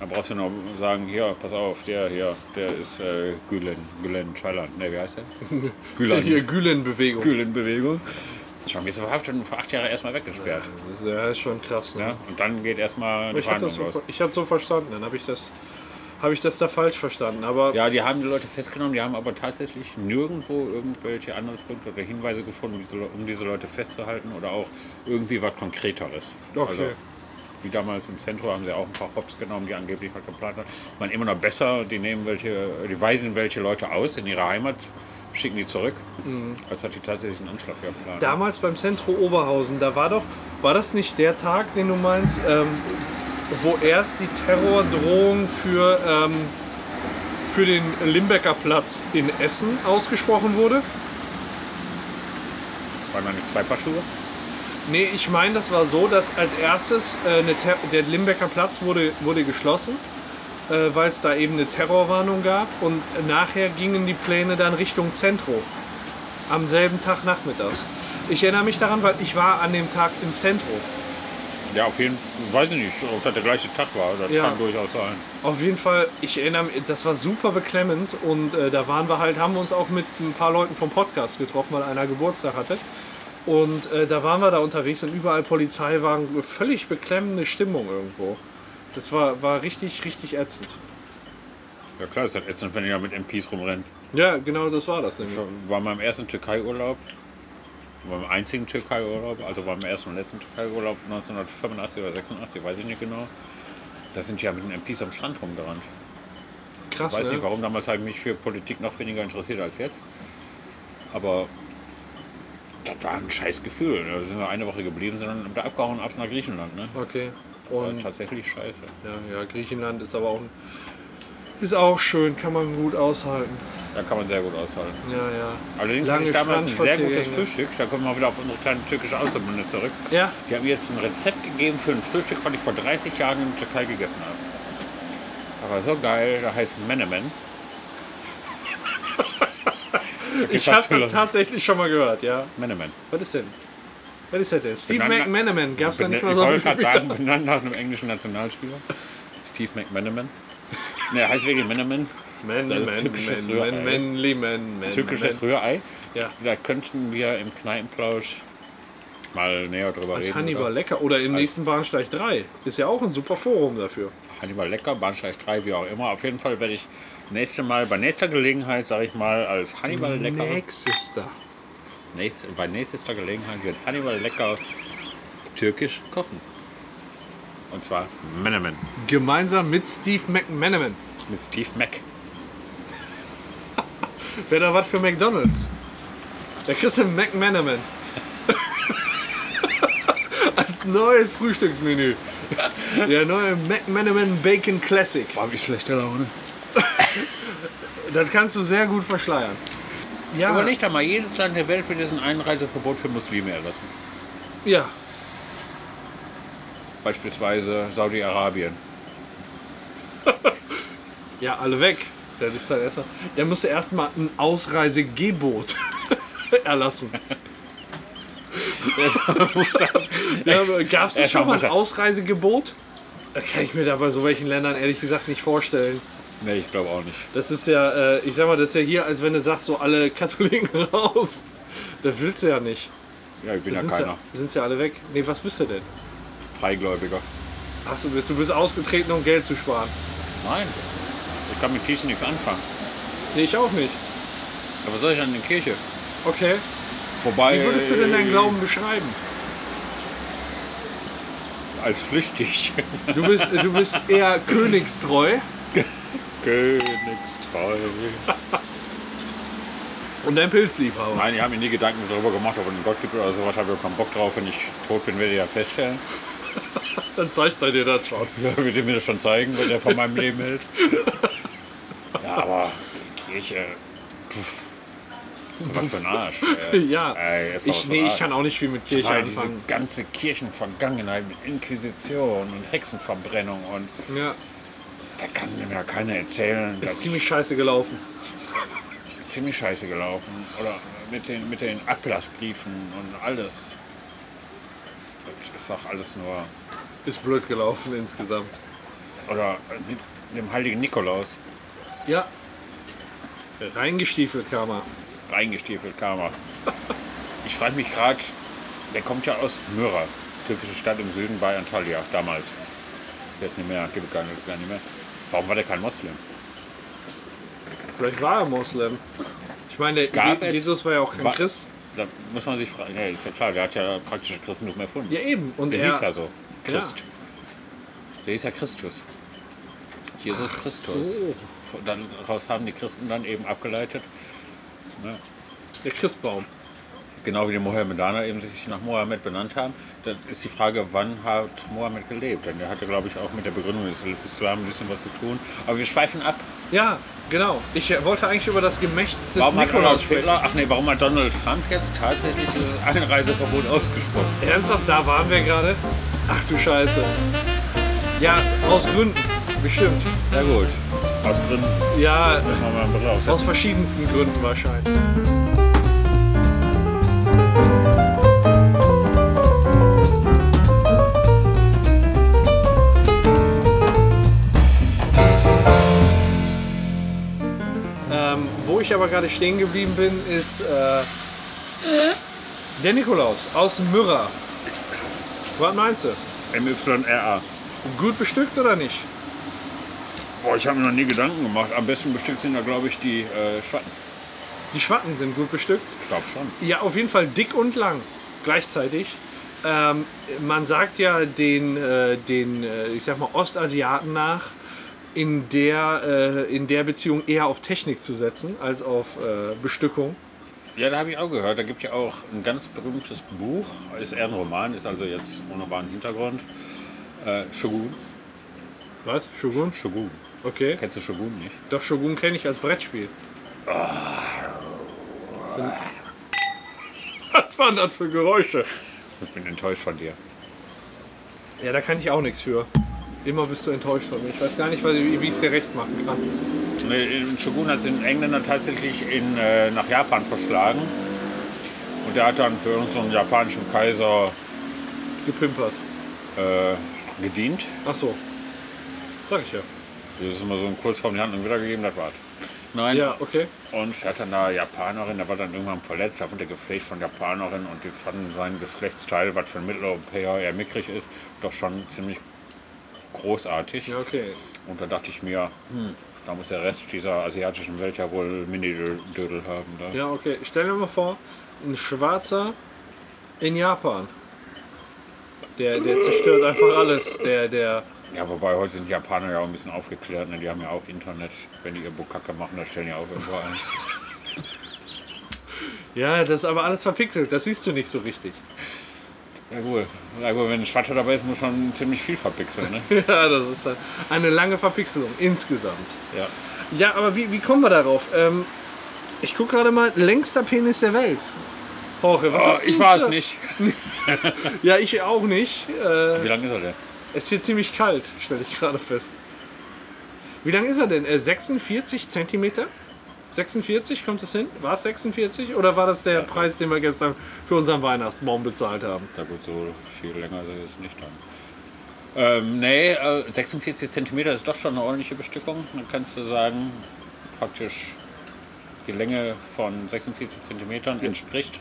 Da brauchst du nur sagen, hier, pass auf, der hier, der ist äh, Gülen, Gülen Çaylan, ne, wie heißt der? Gülen, Gülen-Bewegung. Gülen Bewegung. Schon jetzt verhaftet und für acht Jahre erstmal weggesperrt. Das ist, ja, ist schon krass. Ne? Ja? Und dann geht erstmal die Ich hatte, das Verhandlung so, los. ver- ich hatte so verstanden, dann habe ich das habe ich das da falsch verstanden, aber Ja, die haben die Leute festgenommen, die haben aber tatsächlich nirgendwo irgendwelche Anhaltspunkte oder Hinweise gefunden, um diese Le- um diese Leute festzuhalten oder auch irgendwie was Konkreteres. Also, Okay. wie damals im Zentrum haben sie auch ein paar Hops genommen, die angeblich was geplant haben. Man immer noch besser, die nehmen welche, die weisen welche Leute aus in ihre Heimat, schicken die zurück, Mhm. als hat die tatsächlich einen Anschlag geplant. damals beim Zentro Oberhausen, da war doch war das nicht der Tag, den du meinst, ähm, wo erst die Terrordrohung für ähm, für den Limbecker Platz in Essen ausgesprochen wurde? Waren da nicht zwei Paar Schuhe? Nee, ich meine, das war so, dass als erstes äh, eine Ter der Limbecker Platz wurde, wurde geschlossen, äh, weil es da eben eine Terrorwarnung gab und nachher gingen die Pläne dann Richtung Zentro. Am selben Tag nachmittags. Ich erinnere mich daran, weil ich war an dem Tag im Zentro. Ja, auf jeden Fall, weiß ich nicht, ob das der gleiche Tag war, das Ja. kann durchaus sein. Auf jeden Fall, ich erinnere mich, das war super beklemmend und äh, da waren wir halt, haben wir uns auch mit ein paar Leuten vom Podcast getroffen, weil einer Geburtstag hatte. Und äh, da waren wir da unterwegs und überall Polizeiwagen, eine völlig beklemmende Stimmung irgendwo. Das war, war richtig, richtig ätzend. Ja klar, ist halt ätzend, wenn ihr da mit MPs rumrennt. Ja, genau das war das nämlich. Bei meinem ersten Türkei-Urlaub, beim einzigen Türkei-Urlaub, also beim ersten und letzten Türkei-Urlaub 1985 oder 86, weiß ich nicht genau, da sind die ja mit den MPs am Strand rumgerannt. Krass, Ich weiß ne? nicht warum, damals habe ich mich für Politik noch weniger interessiert als jetzt. Aber das war ein scheiß Gefühl. ne? Da sind wir eine Woche geblieben, sind dann wieder abgehauen ab nach Griechenland. Ne? Okay. War Und tatsächlich scheiße. ja, ja, Griechenland ist aber auch, ein- ist auch schön, kann man gut aushalten. Da kann man sehr gut aushalten. Ja, ja. Allerdings hatte ich Lange damals ein sehr gutes Strandspaziergänge. Frühstück. Da kommen wir wieder auf unsere kleine türkische Außenbunde zurück. Ja. Die haben mir jetzt ein Rezept gegeben für ein Frühstück, was ich vor 30 Jahren in der Türkei gegessen habe. Aber so geil, da heißt Menemen. Ich habe das tatsächlich schon mal gehört, ja. Menemen. Was ist denn? Was ist das denn? Steve Benannt- McManaman, gab's da Bene- nicht mal ich so einen wollte gerade sagen, benannt nach einem englischen Nationalspieler. Steve McMenamin. Ne, heißt wirklich Menemen. Man, Das ist man, türkisches man, Rührei. man, manly man, man, Türkisches man. Rührei. Ja. Da könnten wir im Kneipenplausch mal näher drüber Als reden. Hannibal oder? lecker. Oder im nächsten Bahnsteig 3. Ist ja auch ein super Forum dafür. Hannibal Lecker, Bahnsteig 3, wie auch immer. Auf jeden Fall werde ich nächste Mal, bei nächster Gelegenheit, sage ich mal, als Hannibal ne? Lecker, Sister. nächst, bei nächster Gelegenheit wird Hannibal Lecker türkisch kochen. Und zwar Menemen Gemeinsam mit Steve McManaman. mit Steve Mac. Wer da was für McDonalds? Der Christian McManaman. Als neues Frühstücksmenü. Der neue McManaman Bacon Classic. Boah, wie schlechte Laune. Das kannst du sehr gut verschleiern. Ja, Ah. Überleg doch mal, jedes Land der Welt wird jetzt ein Einreiseverbot für Muslime erlassen. ja. Beispielsweise Saudi-Arabien. ja, alle weg. Das ist dann erstmal. Der musste erstmal ein Ausreisegebot erlassen. ja, Gab es Erstmal schon mal muss ein er- Ausreisegebot? Das kann ich mir da bei so welchen Ländern ehrlich gesagt nicht vorstellen. Nee, ich glaube auch nicht. Das ist ja, äh, ich sag mal, das ist ja hier, als wenn du sagst, so alle Katholiken raus. Das willst du ja nicht. Ja, ich bin ja Sind keiner. ja, sind's ja alle weg. Nee, was bist du denn? Freigläubiger. Ach, du bist, du bist ausgetreten, um Geld zu sparen. Nein. Ich kann mit Kirche nichts anfangen. Nee, ich auch nicht. Aber was soll ich an der Kirche? Okay. Wobei. Wie würdest du denn deinen Glauben beschreiben? Als flüchtig. Du bist, du bist eher königstreu Königstreu. und ein Pilzliebhaber. Nein, ich habe mir nie Gedanken darüber gemacht, ob es einen Gott gibt oder sowas. Habe ich auch keinen Bock drauf. Wenn ich tot bin, werde ich ja feststellen. Dann zeigt er dir das schon. Ja, wird er mir das schon zeigen, wenn er von meinem Leben hält. Ja, aber Kirche. Pff. Ist doch was für ein Arsch. ey. Ja, Ey, ist doch was ich, für nee, ein ich Arsch. kann auch nicht viel mit Kirche Weil diese anfangen. ganze Kirchenvergangenheit mit Inquisition und Hexenverbrennung und Ja, da kann mir ja keiner erzählen. ist Das ziemlich scheiße gelaufen. ist ziemlich scheiße gelaufen. Oder mit den, mit den Ablassbriefen und alles. Das ist doch alles nur. Ist blöd gelaufen insgesamt. Oder mit dem heiligen Nikolaus Ja. Reingestiefelt kam er. reingestiefelt kam er. Ich frage mich gerade, der kommt ja aus Myra, türkische Stadt im Süden bei Antalya damals. Jetzt nicht mehr, gibt es gar nicht gar nicht mehr. Warum war der kein Moslem? Vielleicht war er Moslem. Ich meine, Gab Je- es- Jesus war ja auch kein Wa- Christ. Da muss man sich fragen, ja, ist ja klar, der hat ja praktisch das Christentum erfunden. Ja, eben. Und der er hieß also- ja so. Christ. Der hieß ja Christus. Jesus Christus. so. Von- dann- Daraus haben die Christen dann eben abgeleitet, Der Christbaum. genau wie die Mohammedaner eben sich nach Mohammed benannt haben. Dann ist die Frage, wann hat Mohammed gelebt? Denn der hatte, glaube ich, auch mit der Begründung des Islam ein bisschen was zu tun. Aber wir schweifen ab. Ja, genau. Ich äh, wollte eigentlich über das Gemächts des Warum hat Donald Nikolaus sprechen. Hitler, ach nee, warum hat Donald Trump jetzt tatsächlich dieses Einreiseverbot ausgesprochen? Ernsthaft, da waren wir gerade? Ach du Scheiße. Ja, aus Gründen. Bestimmt. Na gut. Aus Gründen Ja, müssen wir mal ein bisschen aufsetzen. aus verschiedensten Gründen wahrscheinlich. Ähm, wo ich aber gerade stehen geblieben bin, ist äh, Der Nikolaus aus Myrra. Was meinst du? MYRA. Gut bestückt oder nicht? Boah, ich habe mir noch nie Gedanken gemacht. Am besten bestückt sind da, glaube ich, die äh, Schwatten. Die Schwatten sind gut bestückt. Ich glaube schon. Ja, auf jeden Fall dick und lang gleichzeitig. Ähm, man sagt ja den, äh, den äh, ich sag mal, Ostasiaten nach, in der, äh, in der Beziehung eher auf Technik zu setzen als auf äh, Bestückung. Ja, da habe ich auch gehört. Da gibt es ja auch ein ganz berühmtes Buch. Ist eher ein Roman, ist also jetzt ohne wahren Hintergrund. Äh, Shogun. Was? Shogun? Shogun. Okay. Kennst du Shogun nicht? Doch Shogun kenne ich als Brettspiel. So ein- Was waren das für Geräusche? Ich bin enttäuscht von dir. Ja, da kann ich auch nichts für. Immer bist du enttäuscht von mir. Ich weiß gar nicht, was- wie ich es dir recht machen kann. Nee, in Shogun hat den Engländer tatsächlich in, äh, nach Japan verschlagen. Und der hat dann für unseren japanischen Kaiser Gepimpert. äh, gedient. Ach so. Sag ich ja. Das ist immer so ein kurz vor die Hand und wiedergegeben, das war's. Nein. Ja, okay. Und er hat dann eine Japanerin, der war dann irgendwann verletzt, da wurde er gepflegt von Japanerin und die fanden seinen Geschlechtsteil, was für ein Mitteleuropäer eher mickrig ist, doch schon ziemlich großartig. Ja, okay. Und da dachte ich mir, hm, da muss der Rest dieser asiatischen Welt ja wohl Mini-Dödel haben. ne? Da. Ja, okay. Stell dir mal vor, ein Schwarzer in Japan. Der, der zerstört einfach alles. Der, der. Ja, wobei heute sind die Japaner ja auch ein bisschen aufgeklärt, ne? die haben ja auch Internet. Wenn die ihr Bukacke machen, da stellen die auch irgendwo ein. Ja, das ist aber alles verpixelt. Das siehst du nicht so richtig. Ja gut. ja gut, wenn ein Schwatter dabei ist, muss schon ziemlich viel verpixeln. Ne? Ja, das ist halt eine lange Verpixelung insgesamt. ja. Ja, aber wie, wie kommen wir darauf? Ähm, ich gucke gerade mal, längster Penis der Welt. Jorge, was Oh, hast du ich war es da? nicht. Ja, ich auch nicht. Äh, Wie lang ist er denn? Es ist hier ziemlich kalt, stelle ich gerade fest. Wie lang ist er denn? Äh, 46 Zentimeter? 46, kommt das hin? War es 46 oder war das der Preis, den wir gestern für unseren Weihnachtsbaum bezahlt haben? Na gut, so viel länger ist er jetzt nicht dann. Ähm, nee, äh, 46 cm ist doch schon eine ordentliche Bestückung. Dann kannst du sagen, praktisch die Länge von 46 cm entspricht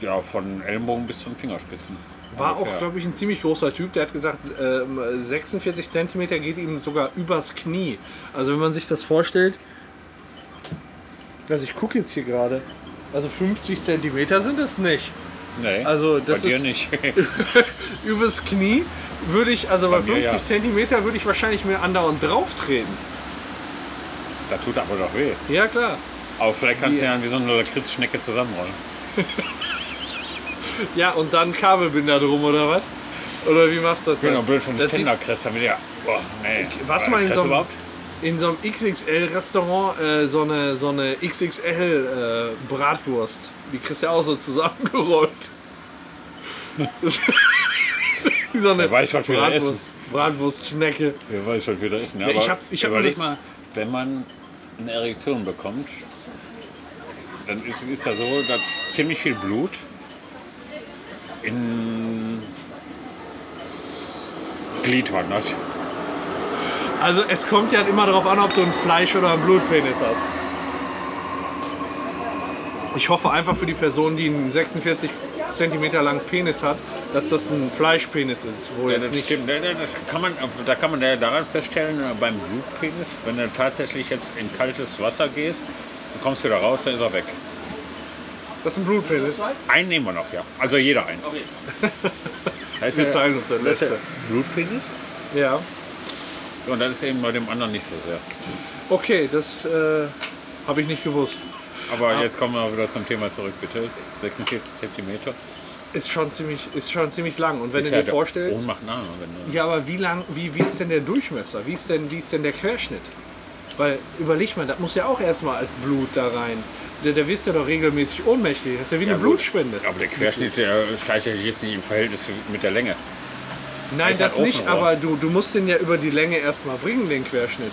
ja von Ellenbogen bis zum Fingerspitzen. War auch, Ungefähr. glaube ich, ein ziemlich großer Typ. Der hat gesagt, ähm, 46 Zentimeter geht ihm sogar übers Knie. Also wenn man sich das vorstellt. Also ich gucke jetzt hier gerade. Also 50 Zentimeter sind es nicht. nee, also das bei dir ist- nicht. übers Knie würde ich, also bei, mir 50 ja. Zentimeter würde ich wahrscheinlich mir andauernd drauf treten. da tut aber doch weh. Ja, klar. Aber vielleicht kannst du ja wie so eine Lakritzschnecke zusammenrollen. Ja, und dann Kabelbinder drum oder was? Oder wie machst du das? Genau, dann? blöd vom Das sieht- Ständer kriegst, damit ja. Boah, nee. Was Äh, mal in kriegst so du einem, überhaupt? in so einem XXL-Restaurant äh, so eine, so eine XXL-Bratwurst. äh, die kriegst du ja auch so zusammengerollt. Das- wie so eine Wer weiß, was wir da essen. Bratwurst, Bratwurstschnecke. Wer weiß schon, wie das ist. Ne? Ja, ich Aber hab- ich hab mir überleg das- mal, wenn man eine Erektion bekommt, dann ist, ist ja so, dass ziemlich viel Blut in Glied wandert. Also es kommt ja immer darauf an, ob du ein Fleisch oder ein Blutpenis hast. Ich hoffe einfach für die Person, die einen 46 cm langen Penis hat, dass das ein Fleischpenis ist, wo Ja, jetzt das nicht. stimmt. Ja, ja, Das kann man, da kann man ja daran feststellen, äh, beim Blutpenis, wenn du tatsächlich jetzt in kaltes Wasser gehst, dann kommst du da raus, dann ist er weg. Das ist ein Blutpenis. Einen nehmen wir noch, ja. Also jeder einen. Da ist Wir ja- teilen uns den das ist ja letzten. Blutpenis? Ja. Ja, Und das ist eben bei dem anderen nicht so sehr. Okay, das äh, habe ich nicht gewusst. Aber jetzt kommen wir wieder zum Thema zurück, bitte. 46 Zentimeter. Ist schon ziemlich, ist schon ziemlich lang. Und wenn Ist halt du dir der vorstellst. Ohnmacht nahe, wenn du Ja, aber wie lang, wie, wie ist denn der Durchmesser? Wie ist denn, wie ist denn der Querschnitt? Weil, überleg mal, das muss ja auch erstmal als Blut da rein. Da, da wirst du doch regelmäßig ohnmächtig. Das ist ja wie eine gut. Blutspende. aber der Querschnitt der steigt ja jetzt nicht im Verhältnis mit der Länge. Nein, ist das halt nicht, offen, oder? aber du, du musst den ja über die Länge erstmal bringen, den Querschnitt.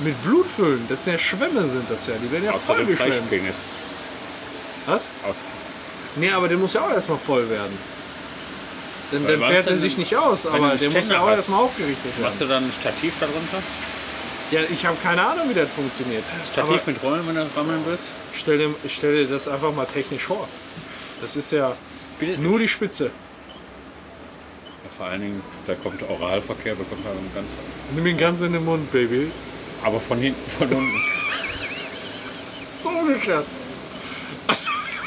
Mit Blut füllen, das sind ja Schwämme sind das ja, die werden ja Außer voll dem geschwemmt. Fleischpenis. Was? Aus. Nee, aber der muss ja auch erstmal voll werden. Denn Weil dann was fährt er denn, sich nicht aus, du aber einen der muss Ständer ja auch hast? erstmal aufgerichtet werden. Machst du dann ein Stativ darunter? Ja, ich habe keine Ahnung, wie das funktioniert. Aber Stativ mit Rollen, wenn du rammeln willst. stell dir, ich stell dir das einfach mal technisch vor. Das ist ja nur die Spitze. Ja, vor allen Dingen, da kommt Oralverkehr, bekommt man ganz. Nimm ihn ganz in den Mund, Baby. Aber von hinten, von unten. So umgekehrt.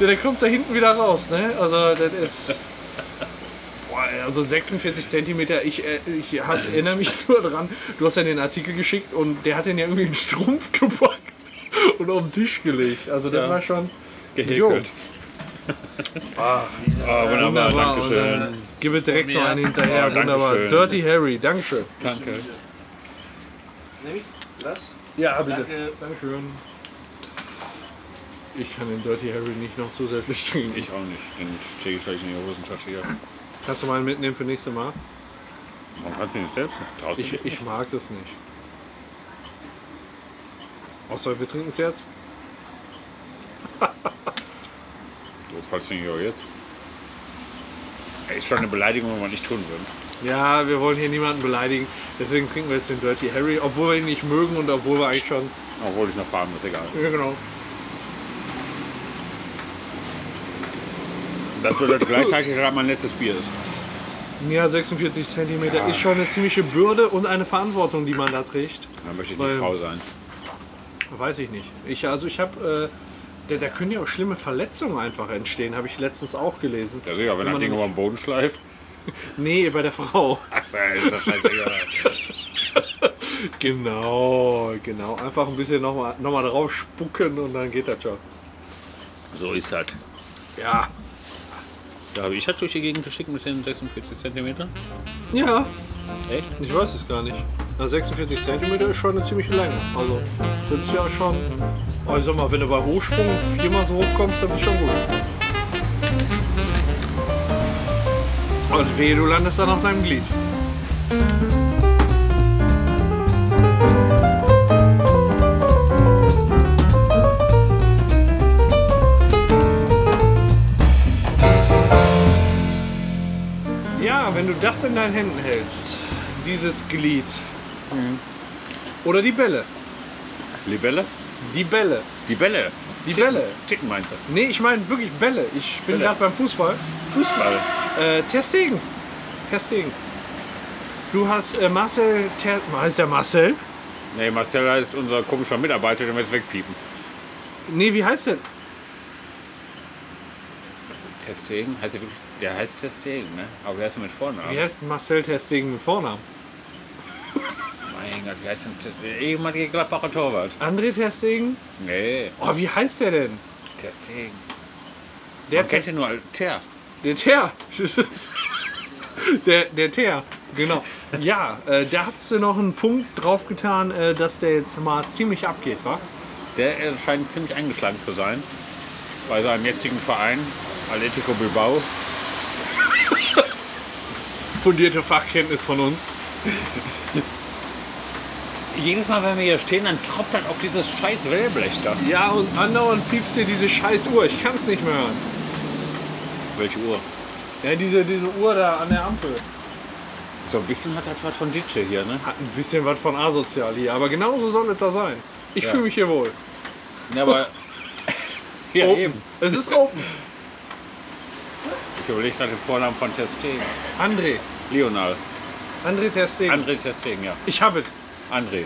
der, der kommt da hinten wieder raus, ne? Also das ist. Boah, also 46 Zentimeter, ich, äh, ich hab, erinnere mich nur dran, du hast ja den Artikel geschickt und der hat den ja irgendwie in den Strumpf gepackt und auf den Tisch gelegt. Also das Ja. war schon. Gehäkelt. Ah, wunderbar, Wunderbar, danke schön. und, äh, Gib mir direkt noch einen Ja, hinterher, danke wunderbar. schön. Dirty Harry, Dankeschön. Danke. Nehme ich das? Ja, bitte. Danke. Dankeschön. Ich kann den Dirty Harry nicht noch zusätzlich trinken. Ich auch nicht, den stecke ich gleich in die Hosentasche hier. Kannst du mal einen mitnehmen für nächstes Mal? Warum kannst du den nicht selbst? Draußen. Ich, ich mag das nicht. Außer wir trinken es jetzt. Falls nicht auch jetzt. Ja, Ist schon eine Beleidigung, wenn man nicht tun würde. Ja, wir wollen hier niemanden beleidigen. Deswegen trinken wir jetzt den Dirty Harry, obwohl wir ihn nicht mögen und obwohl wir eigentlich schon. Obwohl ich noch fahren muss, egal. Ja, genau. Das bedeutet gleichzeitig, dass das mein letztes Bier ist. Ja, 46 cm ist schon eine ziemliche Bürde und eine Verantwortung, die man da trägt. Dann möchte ich Weil- nicht Frau sein. Weiß ich nicht. Ich, also ich habe. Äh, da, da können ja auch schlimme Verletzungen einfach entstehen, habe ich letztens auch gelesen. Ja, sicher, wenn das man Ding Ah, nämlich- über den Boden schleift. Nee, bei der Frau. Ach, ey, ist das scheißegal. Genau, genau. Einfach ein bisschen nochmal noch mal drauf spucken und dann geht das schon. so ist das. Ja. Da habe ich das durch die Gegend geschickt mit den 46 cm. Ja, Echt? ich weiß es gar nicht. Na, 46 cm ist schon eine ziemliche Länge. Also, das ist ja schon. Aber ich sag mal, wenn du bei Hochsprung viermal so hoch kommst, dann ist schon gut. Und wehe, du landest dann auf deinem Glied. Ja, wenn du das in deinen Händen hältst, dieses Glied. Oder die Bälle. Libelle? Die Bälle. Die Bälle. Die Bälle. Ticken meinst du? Nee, ich meine wirklich Bälle. Ich bin Bälle. gerade beim Fußball. Fußball. Äh, Testegen. Testegen. Du hast äh, Marcel. Ter heißt der Marcel? Nee, Marcel heißt unser komischer Mitarbeiter, den wir jetzt wegpiepen. Nee, wie heißt der? Testegen? Heißt er wirklich? Der heißt Testegen, ne? Aber wer ist denn mit Vornamen? Wie heißt Marcel Testegen mit Vornamen? Mein Gott, wie heißt denn Testegen? Ehemalige Gladbacher Torwart. André Testegen? Nee, Oh, wie heißt der denn? Testegen. Der Man kennt Ter- ihn nur als Ter. Der Ter. der, der Ter. Genau. Ja, äh, da hast du noch einen Punkt drauf getan, äh, dass der jetzt mal ziemlich abgeht, wa? Der äh, scheint ziemlich eingeschlagen zu sein. Bei seinem jetzigen Verein, Atletico Bilbao. Fundierte Fachkenntnis von uns. Jedes Mal, wenn wir hier stehen, dann tropft das auf dieses scheiß Wellblech da. Ja, und andauernd piepst dir diese scheiß Uhr. Ich kann's nicht mehr hören. Welche Uhr? Ja, diese, diese Uhr da an der Ampel. So ein bisschen hat das was von DJ hier, ne? Hat ein bisschen was von asozial hier, aber genauso soll es da sein. Ich fühle mich hier wohl. Ja, aber. Oh. ja, Open. eben. Es ist open. Ich überlege gerade den Vornamen von Testegen. André. Leonal. André Testegen. André Testegen, ja. ich hab es. André.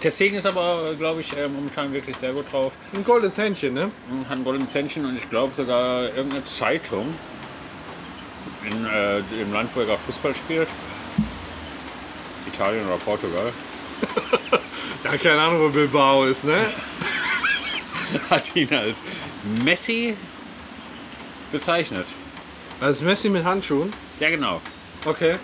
Testegen ist aber, glaube ich, äh, momentan wirklich sehr gut drauf. Ein goldenes Händchen, ne? hat ein goldenes Händchen und ich glaube sogar irgendeine Zeitung in äh, dem Land, wo er gerade Fußball spielt. Italien oder Portugal. Ja, keine Ahnung, wo Bilbao ist, ne? Hat ihn als Messi bezeichnet. Also Messi mit Handschuhen. Ja, genau. Okay.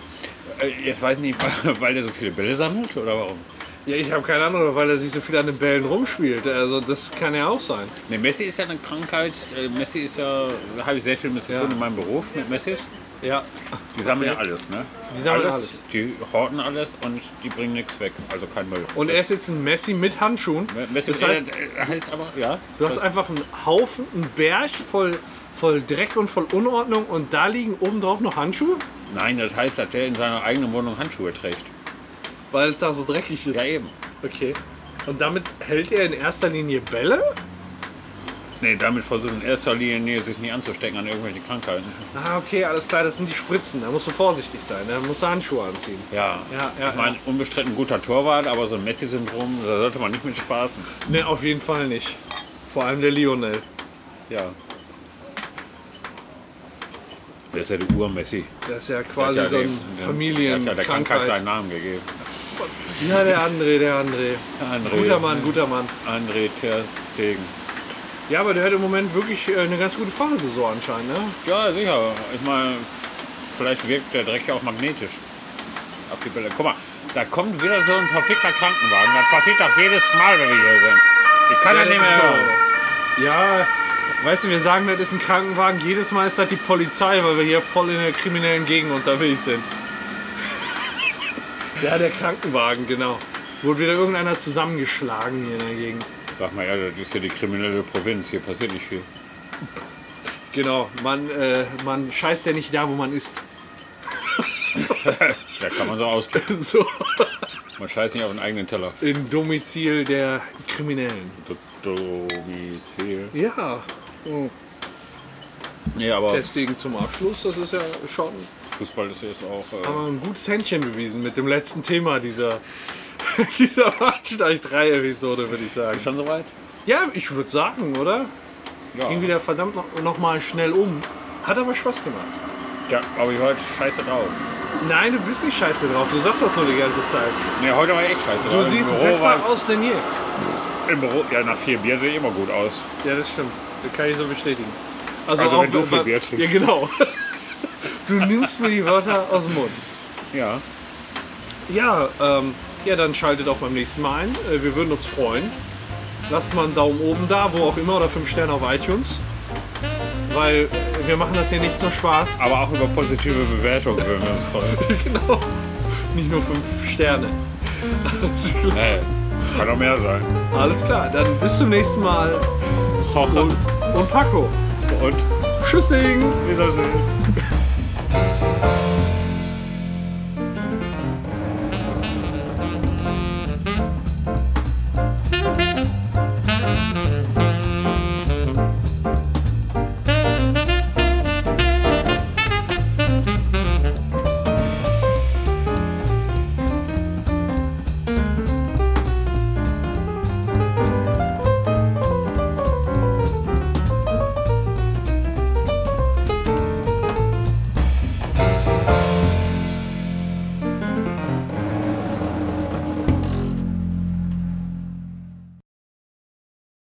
Äh, Jetzt weiß ich nicht, weil der so viele Bälle sammelt oder warum? Ja, ich habe keine Ahnung, weil er sich so viel an den Bällen rumspielt. Also das kann ja auch sein. Ne, Messi ist ja eine Krankheit. Äh, Messi ist ja, da habe ich sehr viel mit zu tun Ja. in meinem Beruf mit Messis. Ja. Die sammeln ja alles, ne? Die sammeln alles. Die horten alles und die bringen nichts weg, also kein Müll. Und er ist jetzt ein Messi mit Handschuhen. Messi Das heißt, äh, heißt aber, ja. du hast einfach einen Haufen, einen Berg voll, voll Dreck und voll Unordnung und da liegen obendrauf noch Handschuhe? Nein, das heißt, dass der in seiner eigenen Wohnung Handschuhe trägt. Weil es da so dreckig ist. Ja, eben. Okay. Und damit hält er in erster Linie Bälle? Nee, damit versucht in erster Linie sich nicht anzustecken an irgendwelchen Krankheiten. Ah, okay, alles klar, das sind die Spritzen. Da musst du vorsichtig sein. ne? Da musst du Handschuhe anziehen. Ja, Ja, ja, ich meine, unbestritten guter Torwart, aber so ein Messi-Syndrom, da sollte man nicht mit spaßen. Ne, auf jeden Fall nicht. Vor allem der Lionel. Ja. Der ist ja der Ur-Messi. Der ist ja Der hat quasi ja so ein dem- dem- der hat ja der Krankheit Familienkrankheit. seinen Namen gegeben. Ja, der André, der André. André, Guter Mann, guter Mann. André Ter Stegen. Ja, aber der hat im Moment wirklich äh, eine ganz gute Phase so anscheinend, ne? Ja, sicher. Ich meine, vielleicht wirkt der Dreck ja auch magnetisch. Auf die Bälle. Guck mal, da kommt wieder so ein verfickter Krankenwagen. Das passiert doch jedes Mal, wenn wir hier sind. Ich kann ja, Ja, nicht das mehr ist hören. schon. Ja, weißt du, wir sagen, das ist ein Krankenwagen. Jedes Mal ist das die Polizei, weil wir hier voll in der kriminellen Gegend unterwegs sind. Ja, der Krankenwagen, genau. Wurde wieder irgendeiner zusammengeschlagen hier in der Gegend. Sag mal, ja, das ist ja die kriminelle Provinz. Hier passiert nicht viel. Genau, man, äh, man scheißt ja nicht da, wo man ist. Da kann man so ausdrücken. So, Man scheißt nicht auf den eigenen Teller. im Domizil der Kriminellen. Do- Domizil. Ja, Nee, aber deswegen zum Abschluss, das ist ja schon Fußball ist jetzt auch. haben Äh, wir ein gutes Händchen bewiesen mit dem letzten Thema dieser, dieser Bahnsteig 3 Episode, würde ich sagen. schon soweit? Ja, ich würde sagen, oder? Ja. Ging wieder verdammt noch, noch mal schnell um. Hat aber Spaß gemacht. ja. Aber ich heute scheiße drauf. Nein, du bist nicht scheiße drauf. Du sagst das nur die ganze Zeit. Nee, heute war ich echt scheiße Du drauf. Im siehst Büro besser war- aus denn je. Im Büro, ja, nach vier Bier sehe ich immer gut aus. Ja, das stimmt. Das kann ich so bestätigen. Also, wenn du viel man- Bier trinkst. Ja, genau. Du nimmst mir die Wörter aus dem Mund. Ja. Ja, ähm, ja, dann schaltet auch beim nächsten Mal ein. Äh, wir würden uns freuen. Lasst mal einen Daumen oben da, wo auch immer, oder 5 Sterne auf iTunes. Weil äh, wir machen das hier nicht zum Spaß. Aber auch über positive Bewertungen würden wir uns freuen. Genau. Nicht nur 5 Sterne. Alles klar. Nee, kann doch mehr sein. Alles klar, dann bis zum nächsten Mal. Und, Und Paco. und Tschüssing. dieser See.